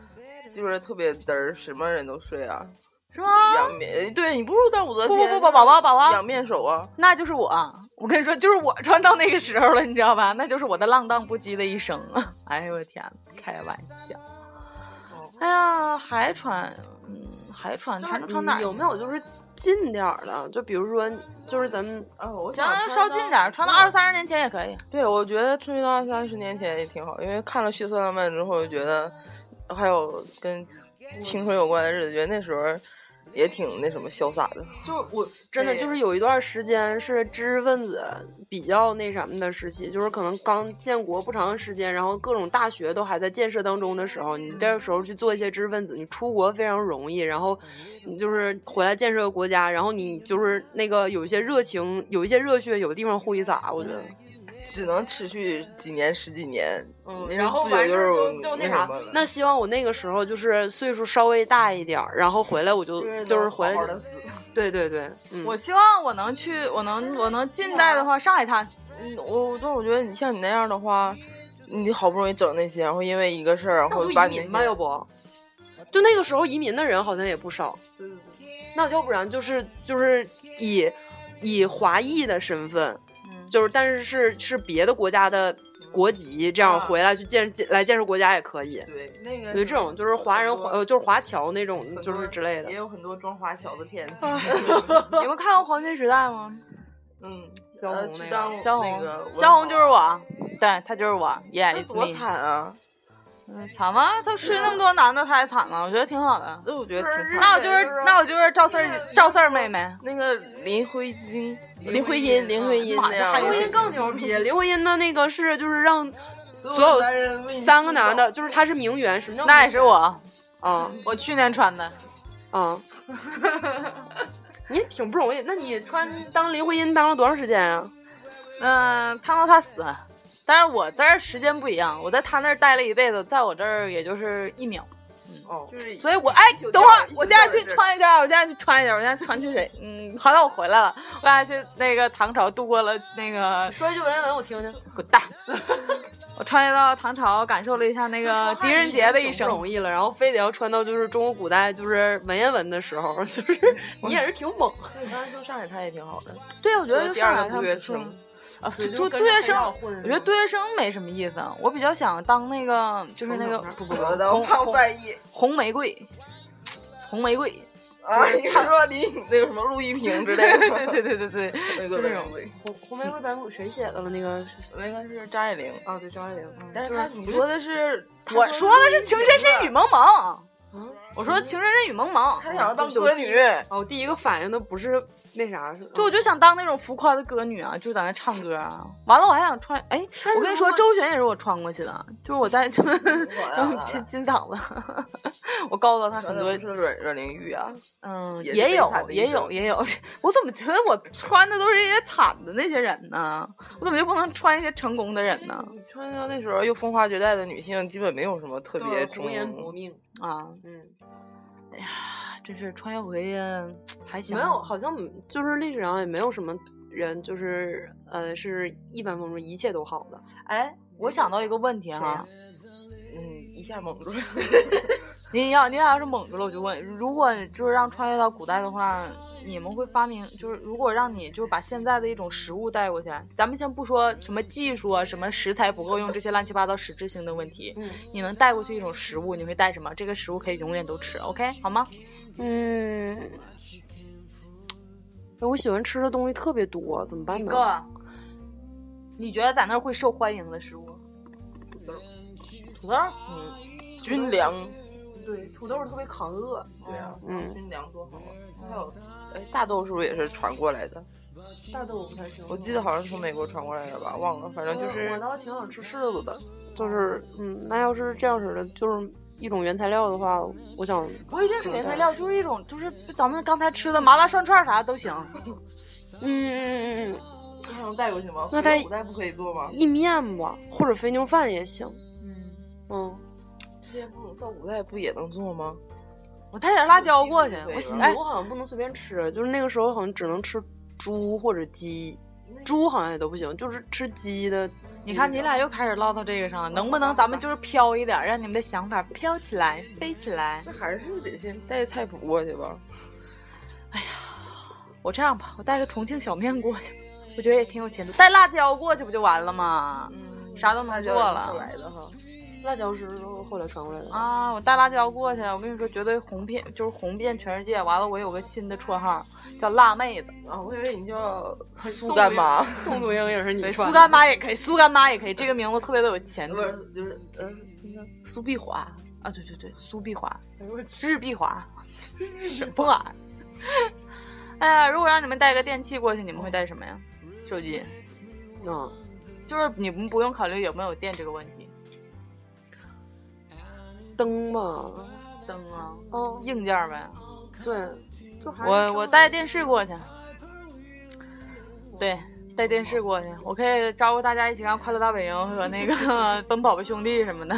[SPEAKER 2] 就是特别嘚儿，什么人都睡啊，
[SPEAKER 1] 是吗？
[SPEAKER 2] 仰面，对你不如当武则
[SPEAKER 1] 不
[SPEAKER 2] 天，
[SPEAKER 1] 不不不，宝宝宝宝，
[SPEAKER 2] 仰面手啊，
[SPEAKER 1] 那就是我。我跟你说，就是我穿到那个时候了，你知道吧？那就是我的浪荡不羁的一生啊！哎呦我天，开玩笑。
[SPEAKER 2] 哦
[SPEAKER 1] 哎呀，还穿，嗯，还穿，还能穿哪儿？
[SPEAKER 3] 有没有就是近点儿的？就比如说，就是咱们
[SPEAKER 2] 啊，我想
[SPEAKER 1] 行，
[SPEAKER 2] 穿
[SPEAKER 1] 稍近点儿，穿到二三十年前也可以。
[SPEAKER 2] 对，我觉得穿越到二三十年前也挺好，因为看了《血色浪漫》之后，觉得还有跟青春有关的日子，觉得那时候也挺那什么潇洒的。
[SPEAKER 3] 就是我真的
[SPEAKER 2] 对
[SPEAKER 3] 就是有一段时间是知识分子比较那什么的时期，就是可能刚建国不长时间，然后各种大学都还在建设当中的时候，你这个时候去做一些知识分子，你出国非常容易，然后你就是回来建设国家，然后你就是那个有一些热情，有一些热血，有地方挥洒，我觉得。
[SPEAKER 2] 只能持续几年、十几年。
[SPEAKER 3] 嗯
[SPEAKER 2] 那
[SPEAKER 3] 然后
[SPEAKER 2] 不久
[SPEAKER 3] 完事儿
[SPEAKER 2] 就
[SPEAKER 3] 就就那
[SPEAKER 2] 那
[SPEAKER 3] 啥
[SPEAKER 2] 什么了，
[SPEAKER 3] 那希望我那个时候就是岁数稍微大一点儿，然后回来我就就是回来
[SPEAKER 2] 好好的死。
[SPEAKER 3] 对对对，嗯，
[SPEAKER 1] 我希望我能去，我能，我能近代的话，上海滩。
[SPEAKER 2] 嗯，我但我觉得你像你那样的话，你好不容易整那些，然后因为一个事儿，然
[SPEAKER 3] 那我
[SPEAKER 2] 后
[SPEAKER 3] 就
[SPEAKER 2] 把
[SPEAKER 3] 移
[SPEAKER 2] 你
[SPEAKER 3] 民吧，要不？就那个时候移民的人好像也不少。
[SPEAKER 2] 嗯
[SPEAKER 3] 那要不然就是就是以以华裔的身份，
[SPEAKER 2] 嗯
[SPEAKER 3] 就是但是是是别的国家的国籍，这样
[SPEAKER 2] 啊
[SPEAKER 3] 回来去建建来建设国家也可以。
[SPEAKER 2] 对那个
[SPEAKER 3] 对，这种就是华人华呃就是华侨那种就是之类的
[SPEAKER 2] 也。有很多装华侨的片子。
[SPEAKER 1] 你们看过《黄金时代》吗？
[SPEAKER 2] 嗯，
[SPEAKER 3] 萧
[SPEAKER 2] 呃
[SPEAKER 3] 红
[SPEAKER 2] 去
[SPEAKER 3] 那个
[SPEAKER 2] 当
[SPEAKER 1] 萧红
[SPEAKER 2] 那个文
[SPEAKER 1] 萧红就是
[SPEAKER 2] 豪
[SPEAKER 1] 我，对，她就是我，Yeah，
[SPEAKER 2] 那
[SPEAKER 1] it's
[SPEAKER 2] 多
[SPEAKER 1] me。
[SPEAKER 2] 惨啊！
[SPEAKER 1] 嗯惨吗？他睡那么多男的，他也惨了，我觉得挺好的。
[SPEAKER 2] 这我觉得挺惨的。
[SPEAKER 1] 那我就是那我就是赵四儿赵四儿妹妹，
[SPEAKER 2] 那个林徽因，林徽因，啊林徽因
[SPEAKER 1] 妈
[SPEAKER 2] 那
[SPEAKER 1] 这
[SPEAKER 2] 样
[SPEAKER 1] 还
[SPEAKER 2] 的
[SPEAKER 1] 有
[SPEAKER 3] 林
[SPEAKER 1] 一
[SPEAKER 3] 徽
[SPEAKER 1] 个
[SPEAKER 3] 因更牛 逼，林徽因的那个是就是让
[SPEAKER 2] 所
[SPEAKER 3] 所有
[SPEAKER 2] 男人为你
[SPEAKER 3] 三个
[SPEAKER 2] 心动
[SPEAKER 3] 男的，就是他是名媛，什么叫
[SPEAKER 1] 那也是我，
[SPEAKER 3] 啊
[SPEAKER 1] 我去年穿的。
[SPEAKER 3] 啊。你也挺不容易，那你穿当林徽因当了多长时间啊？
[SPEAKER 1] 嗯，看到他死，但是我在这儿时间不一样，我在他那儿待了一辈子，在我这儿也就是一秒。
[SPEAKER 2] 哦，就是
[SPEAKER 1] 所以我哎
[SPEAKER 2] 宿，
[SPEAKER 1] 等会
[SPEAKER 2] 觉
[SPEAKER 1] 儿
[SPEAKER 2] 儿
[SPEAKER 1] 我现在
[SPEAKER 2] 一宿
[SPEAKER 1] 去
[SPEAKER 2] 觉儿
[SPEAKER 1] 穿一件儿，我现在去穿一件儿，我现在传去谁？ 嗯，好了，我回来了，我现在去那个唐朝度过了那个
[SPEAKER 3] 说一句文言文我听听。
[SPEAKER 1] 滚蛋。我穿越到唐朝，感受了一下那个狄仁杰的一
[SPEAKER 3] 挺不
[SPEAKER 1] 生。
[SPEAKER 3] 容易了，然后非得要穿到就是中国古代就是文言文的时候， 就是你也是挺猛。
[SPEAKER 2] 你刚才说上海滩也挺好的，
[SPEAKER 1] 对，我觉得
[SPEAKER 2] 第
[SPEAKER 1] 上
[SPEAKER 2] 二
[SPEAKER 1] 海
[SPEAKER 2] 个
[SPEAKER 1] 滩
[SPEAKER 2] 杜
[SPEAKER 1] 不
[SPEAKER 2] 月
[SPEAKER 1] 错
[SPEAKER 2] 笙，
[SPEAKER 1] 啊，
[SPEAKER 3] 对
[SPEAKER 1] 对
[SPEAKER 3] 就
[SPEAKER 1] 对
[SPEAKER 3] 跟
[SPEAKER 1] 杜月
[SPEAKER 3] 着海
[SPEAKER 1] 笙
[SPEAKER 3] 盗混，
[SPEAKER 1] 我觉得杜月笙没什么意思，我比较想当那个就是那个
[SPEAKER 3] 红
[SPEAKER 1] 不不
[SPEAKER 2] 我
[SPEAKER 1] 不
[SPEAKER 2] 的
[SPEAKER 1] 红
[SPEAKER 2] 胖
[SPEAKER 1] 红
[SPEAKER 2] 翻译
[SPEAKER 1] 红玫瑰，红玫 瑰，
[SPEAKER 2] 啊，
[SPEAKER 1] 就是
[SPEAKER 2] 你是说李那个什么陆一平之 类的吗，
[SPEAKER 1] 对对对对 对，
[SPEAKER 2] 那个
[SPEAKER 1] 就那种
[SPEAKER 2] 那个
[SPEAKER 3] 红红玫瑰白骨谁写的了？那个
[SPEAKER 2] 那个是张爱玲，
[SPEAKER 1] 哦
[SPEAKER 3] 啊，对，张爱玲。
[SPEAKER 2] 但是他你说的是，
[SPEAKER 1] 我说的是《情深深雨蒙蒙》
[SPEAKER 3] 嗯，
[SPEAKER 1] 啊我说《情深深雨蒙蒙》，
[SPEAKER 2] 他想要当歌女，
[SPEAKER 3] 哦，我第一个反应的不 是那啥，是
[SPEAKER 1] 对，我就想当那种浮夸的歌女啊，就在那唱歌啊。完了，我还想穿，嗯哎，我跟你说，周璇也是我穿过去的，就是我在 金金嗓子，我告诉他很
[SPEAKER 2] 很
[SPEAKER 1] 多
[SPEAKER 2] 多是阮阮玲玉啊，
[SPEAKER 1] 嗯，
[SPEAKER 2] 也
[SPEAKER 1] 也
[SPEAKER 2] 是悲
[SPEAKER 1] 有
[SPEAKER 2] 惨，的一
[SPEAKER 1] 也有，
[SPEAKER 2] 生
[SPEAKER 1] 也有。我怎么觉得我穿的都是一些惨的那些人呢？我怎么就不能穿一些成功的人呢？
[SPEAKER 2] 嗯穿到那时候又风华绝代的女性，基本没有什么特别中
[SPEAKER 3] 红颜薄命。
[SPEAKER 1] 啊，
[SPEAKER 3] 嗯，
[SPEAKER 1] 真是穿越回去还行，
[SPEAKER 3] 没有，好像就是历史上也没有什么人，就是呃，是一帆风顺，一切都好的。
[SPEAKER 1] 哎。我想到一个问题
[SPEAKER 3] 谁
[SPEAKER 1] 哈
[SPEAKER 3] 呀，
[SPEAKER 2] 嗯，一下蒙住了。
[SPEAKER 1] 您要您俩要是蒙住了，我就问，如果就是让穿越到古代的话，你们会发明，就是如果让你就是把现在的一种食物带过去，咱们先不说什么技术啊、什么食材不够用这些乱七八糟实质性的问题，
[SPEAKER 3] 嗯
[SPEAKER 1] 你能带过去一种食物，你会带什么？这个食物可以永远都吃，OK 好吗？
[SPEAKER 3] 嗯，哎我喜欢吃的东西特别多，怎么办
[SPEAKER 1] 一
[SPEAKER 3] 呢？
[SPEAKER 1] 个，你觉得在那儿会受欢迎的食物？土豆，嗯，
[SPEAKER 2] 军粮，
[SPEAKER 3] 对，土豆特别扛饿。
[SPEAKER 2] 对啊，
[SPEAKER 3] 嗯
[SPEAKER 2] 军粮多好啊！还有，哎，大豆是不是也是传过来的？
[SPEAKER 3] 大豆我不太喜欢
[SPEAKER 2] 我记得好像是从美国传过来的吧，忘了，反正就是
[SPEAKER 3] 我倒挺想吃柿子的，就是嗯，那要是这样式的，就是一种原材料的话，我想
[SPEAKER 1] 不一定是原材料，就是一种，就是咱们刚才吃的麻辣涮串啥都行。
[SPEAKER 3] 嗯嗯嗯嗯
[SPEAKER 2] 不能带过去吗？
[SPEAKER 3] 那带
[SPEAKER 2] 古代不可以做吗
[SPEAKER 3] 嗯，？意面吧，或者肥牛饭也行。嗯
[SPEAKER 2] 这些哺乳到古代不也能做吗？
[SPEAKER 1] 我带点辣椒过去，我
[SPEAKER 2] 我
[SPEAKER 1] 寻
[SPEAKER 3] 嗯，
[SPEAKER 2] 寻
[SPEAKER 1] 思，
[SPEAKER 2] 思
[SPEAKER 1] 哎
[SPEAKER 3] 牛，好像不能随便吃，就是那个时候好像只能吃猪或者鸡，猪好像也都不行，就是吃鸡的。
[SPEAKER 1] 你看你俩又开始唠到这个上了，能不能咱们就是飘一点，让你们的想法飘起来、飞起来？
[SPEAKER 2] 那还是得先带菜谱过去吧。
[SPEAKER 1] 我这样吧，我带个重庆小面过去，我觉得也挺有前途。带辣椒过去不就完了吗？
[SPEAKER 2] 嗯
[SPEAKER 1] 啥都能做了
[SPEAKER 2] 后来的哈，
[SPEAKER 3] 辣椒是后来传过来的，
[SPEAKER 1] 啊！我带辣椒过去，我跟你说，绝对红遍，就是红遍全世界。完了，我有个新的绰号叫辣妹子，
[SPEAKER 2] 啊，我以为你叫苏干妈，
[SPEAKER 3] 宋祖英也是你
[SPEAKER 1] 对，
[SPEAKER 3] 传
[SPEAKER 1] 苏
[SPEAKER 3] 的。
[SPEAKER 1] 干妈也可以，苏干妈也可以，这个名字特别的有前途
[SPEAKER 2] 不是，就是嗯，那个苏碧华。
[SPEAKER 1] 啊！对对对，苏碧华，日碧华，什么玩意儿？ 哎呀，如果让你们带一个电器过去，你们会带什么呀？手机，
[SPEAKER 3] 嗯，
[SPEAKER 1] 就是你们不用考虑有没有电这个问题。
[SPEAKER 3] 灯吧，
[SPEAKER 1] 灯啊，
[SPEAKER 3] 嗯，
[SPEAKER 1] 硬件呗。
[SPEAKER 3] 对，就还是
[SPEAKER 1] 我我带电视过去，对，带电视过去，我可以招呼大家一起看《快乐大本营》和那个 《奔跑吧兄弟》什么的。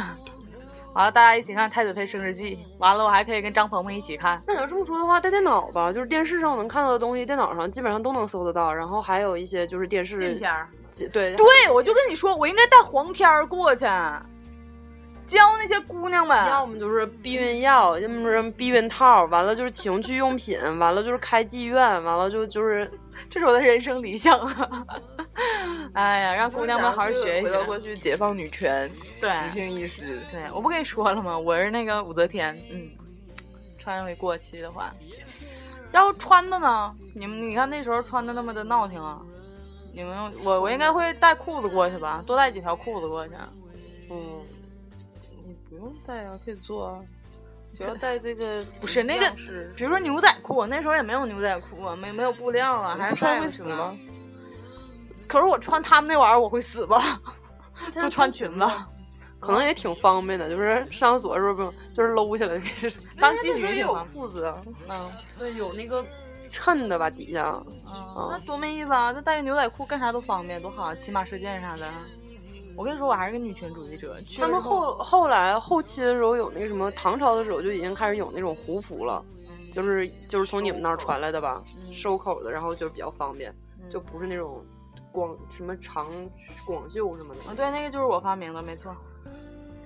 [SPEAKER 1] 完了，大家一起看《太子妃升职记》。完了，我还可以跟张鹏鹏一起看。
[SPEAKER 3] 那你要这么说的话，带电脑吧，就是电视上能看到的东西，电脑上基本上都能搜得到。然后还有一些就是电视
[SPEAKER 1] 禁片儿，
[SPEAKER 3] 几对
[SPEAKER 1] 对我就跟你说，我应该带黄片儿过去，教那些姑娘们。
[SPEAKER 3] 要么就是避孕药，要么是避孕套，完了就是情趣用品，完了就是开妓院，完了就就是
[SPEAKER 1] 这是我的人生理想啊！ 哎呀，让姑娘们好好学一
[SPEAKER 2] 回
[SPEAKER 1] 学
[SPEAKER 2] 到。过去，解放女权、
[SPEAKER 1] 对，
[SPEAKER 2] 女性意识。
[SPEAKER 1] 对，我不跟你说了吗？我是那个武则天，嗯，穿回过期的话，要穿的呢，你们你看那时候穿的那么的闹挺啊，你们我我应该会带裤子过去吧，多带几条裤子过去。
[SPEAKER 3] 嗯，
[SPEAKER 2] 你不不用带啊，可以做啊，只要带这个
[SPEAKER 1] 嗯不是那个
[SPEAKER 2] 样式
[SPEAKER 1] 比如说牛仔裤，那时候也没有牛仔裤啊，没没有布料啊，还
[SPEAKER 2] 不
[SPEAKER 1] 是
[SPEAKER 2] 穿
[SPEAKER 1] 带
[SPEAKER 2] 会
[SPEAKER 1] 个
[SPEAKER 2] 死
[SPEAKER 1] 什么
[SPEAKER 2] 吗？？
[SPEAKER 1] 可是我穿他们那玩意儿，我会死吧？ 就穿裙子，
[SPEAKER 3] 可能也挺方便的，就是上厕所的时候不用，就是搂起来 就是
[SPEAKER 1] 当妓女挺
[SPEAKER 2] 有
[SPEAKER 1] 方便。
[SPEAKER 2] 裤子啊，
[SPEAKER 1] 嗯
[SPEAKER 3] 对，有那个衬的吧底下。
[SPEAKER 1] 嗯，那多没意思啊！那带个牛仔裤干啥都方便，多好，啊骑马射箭啥的。我跟你说，我还是个女权主义者。去
[SPEAKER 3] 他
[SPEAKER 1] 了
[SPEAKER 3] 们
[SPEAKER 1] 之后
[SPEAKER 3] 后后来后期的时候有那个什么，唐朝的时候就已经开始有那种胡服了，
[SPEAKER 1] 嗯
[SPEAKER 3] 就是就是从你们那儿传来的吧，收口的，然后就比较方便，就
[SPEAKER 1] 啊
[SPEAKER 3] 不是那种广什么长广袖什么的。
[SPEAKER 1] 啊，对，那个就是我发明的，没 错。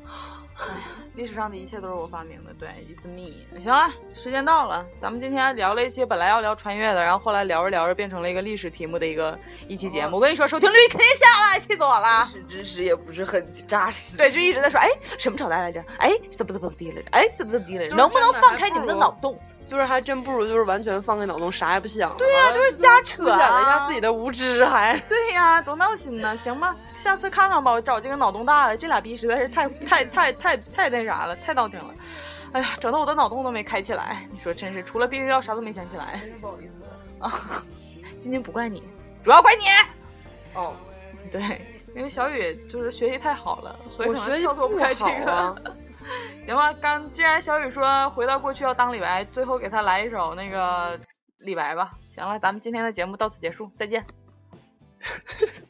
[SPEAKER 1] 哎历史上的一切都是我发明的，对，it's me。行了，时间到了，咱们今天聊了一期本来要聊穿越的，然后后来聊着聊着变成了一个历史题目的一个一期节目。我跟你说，收听率肯定下了，气死我了。
[SPEAKER 2] 是知识也不是很扎实。
[SPEAKER 1] 对，就一直在说，哎，什么朝代来着？哎，怎么怎么地来着？哎，怎么怎么地来着？
[SPEAKER 3] 就是
[SPEAKER 1] 能不能
[SPEAKER 3] 真的
[SPEAKER 1] 放
[SPEAKER 3] 还
[SPEAKER 1] 开你
[SPEAKER 3] 不
[SPEAKER 1] 们的
[SPEAKER 3] 如
[SPEAKER 1] 脑洞？
[SPEAKER 3] 就是还真不如就是完全放开脑洞，啥也不想。对啊
[SPEAKER 1] 对呀、啊就是瞎扯、
[SPEAKER 3] 凸显了一下自己
[SPEAKER 1] 的。
[SPEAKER 3] 的无知，还。
[SPEAKER 1] 对呀、多闹心呢！行吧，下次看看吧。我找这个脑洞大的，这俩逼实在是太太太太太那啥了，太闹挺了。哎呀，整的我的脑洞都没开起来。你说真是，除了避孕药啥都没想起来。 啊，今天不怪你，主要怪你。
[SPEAKER 2] 哦，
[SPEAKER 1] 对，因为小雨就是学习太好了，所以
[SPEAKER 3] 我
[SPEAKER 1] 可能
[SPEAKER 3] 学习
[SPEAKER 1] 跳脱
[SPEAKER 3] 不
[SPEAKER 1] 开这
[SPEAKER 3] 好
[SPEAKER 1] 个。
[SPEAKER 3] 啊
[SPEAKER 1] 行吧，刚既然小雨说回到过去要当李白，最后给他来一首那个李白吧。行了，咱们今天的节目到此结束，再 见。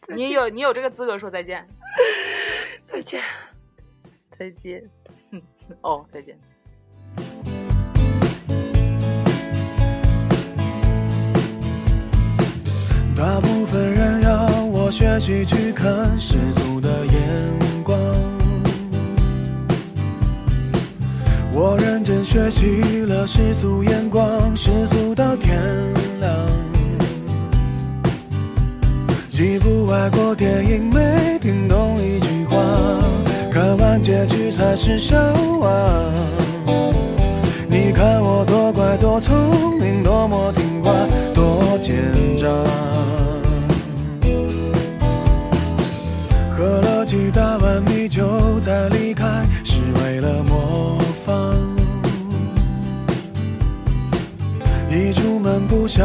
[SPEAKER 1] 你有你有这个资格说再见
[SPEAKER 2] 再见，再见。
[SPEAKER 1] 哦，再见。
[SPEAKER 6] 大部分人要我学习去看世俗的眼光，我认真学习了世俗眼光，世俗到天亮。几部外国电影没听懂一句话，看完结局才是笑话。你看我多乖，多聪明，多么听话，多奸诈。喝了几大碗米酒再离开，是为了模仿。一出门不小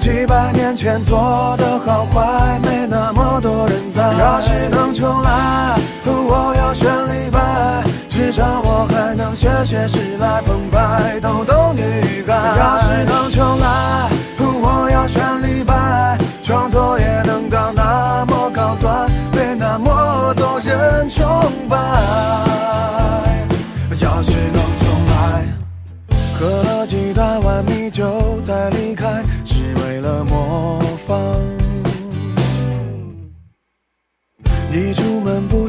[SPEAKER 6] 几百年前做的好坏，没那么多人在。要是能重来，我要选李白。至少我还能写写诗来澎湃，逗逗女孩。要是能重来，我要选李白，创作也能到那么高端，被那么多人崇拜。要是能重来，喝了几大碗米酒再离开，是为了模仿。一出门不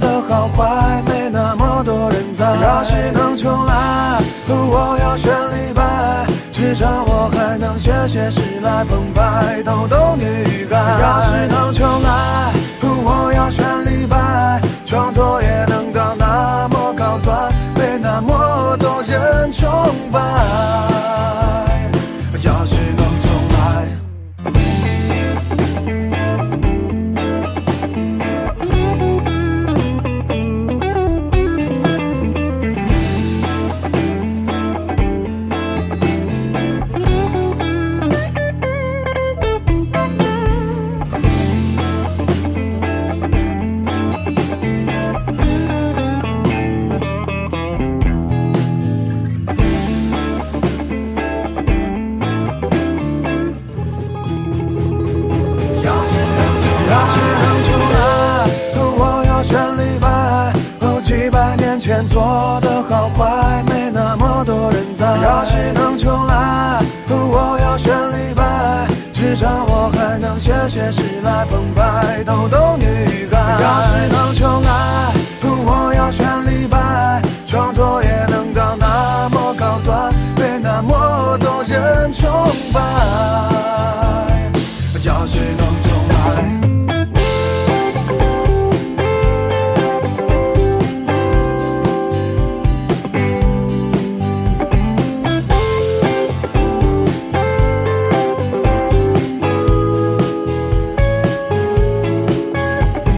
[SPEAKER 6] 的好坏，没那么多人在。要是能重来，我要选李白，至少我还能写写诗来澎湃，逗逗女孩。要是能重来，我要选李白，创作也能到那么高端，被那么多人崇拜。要是能重来。朋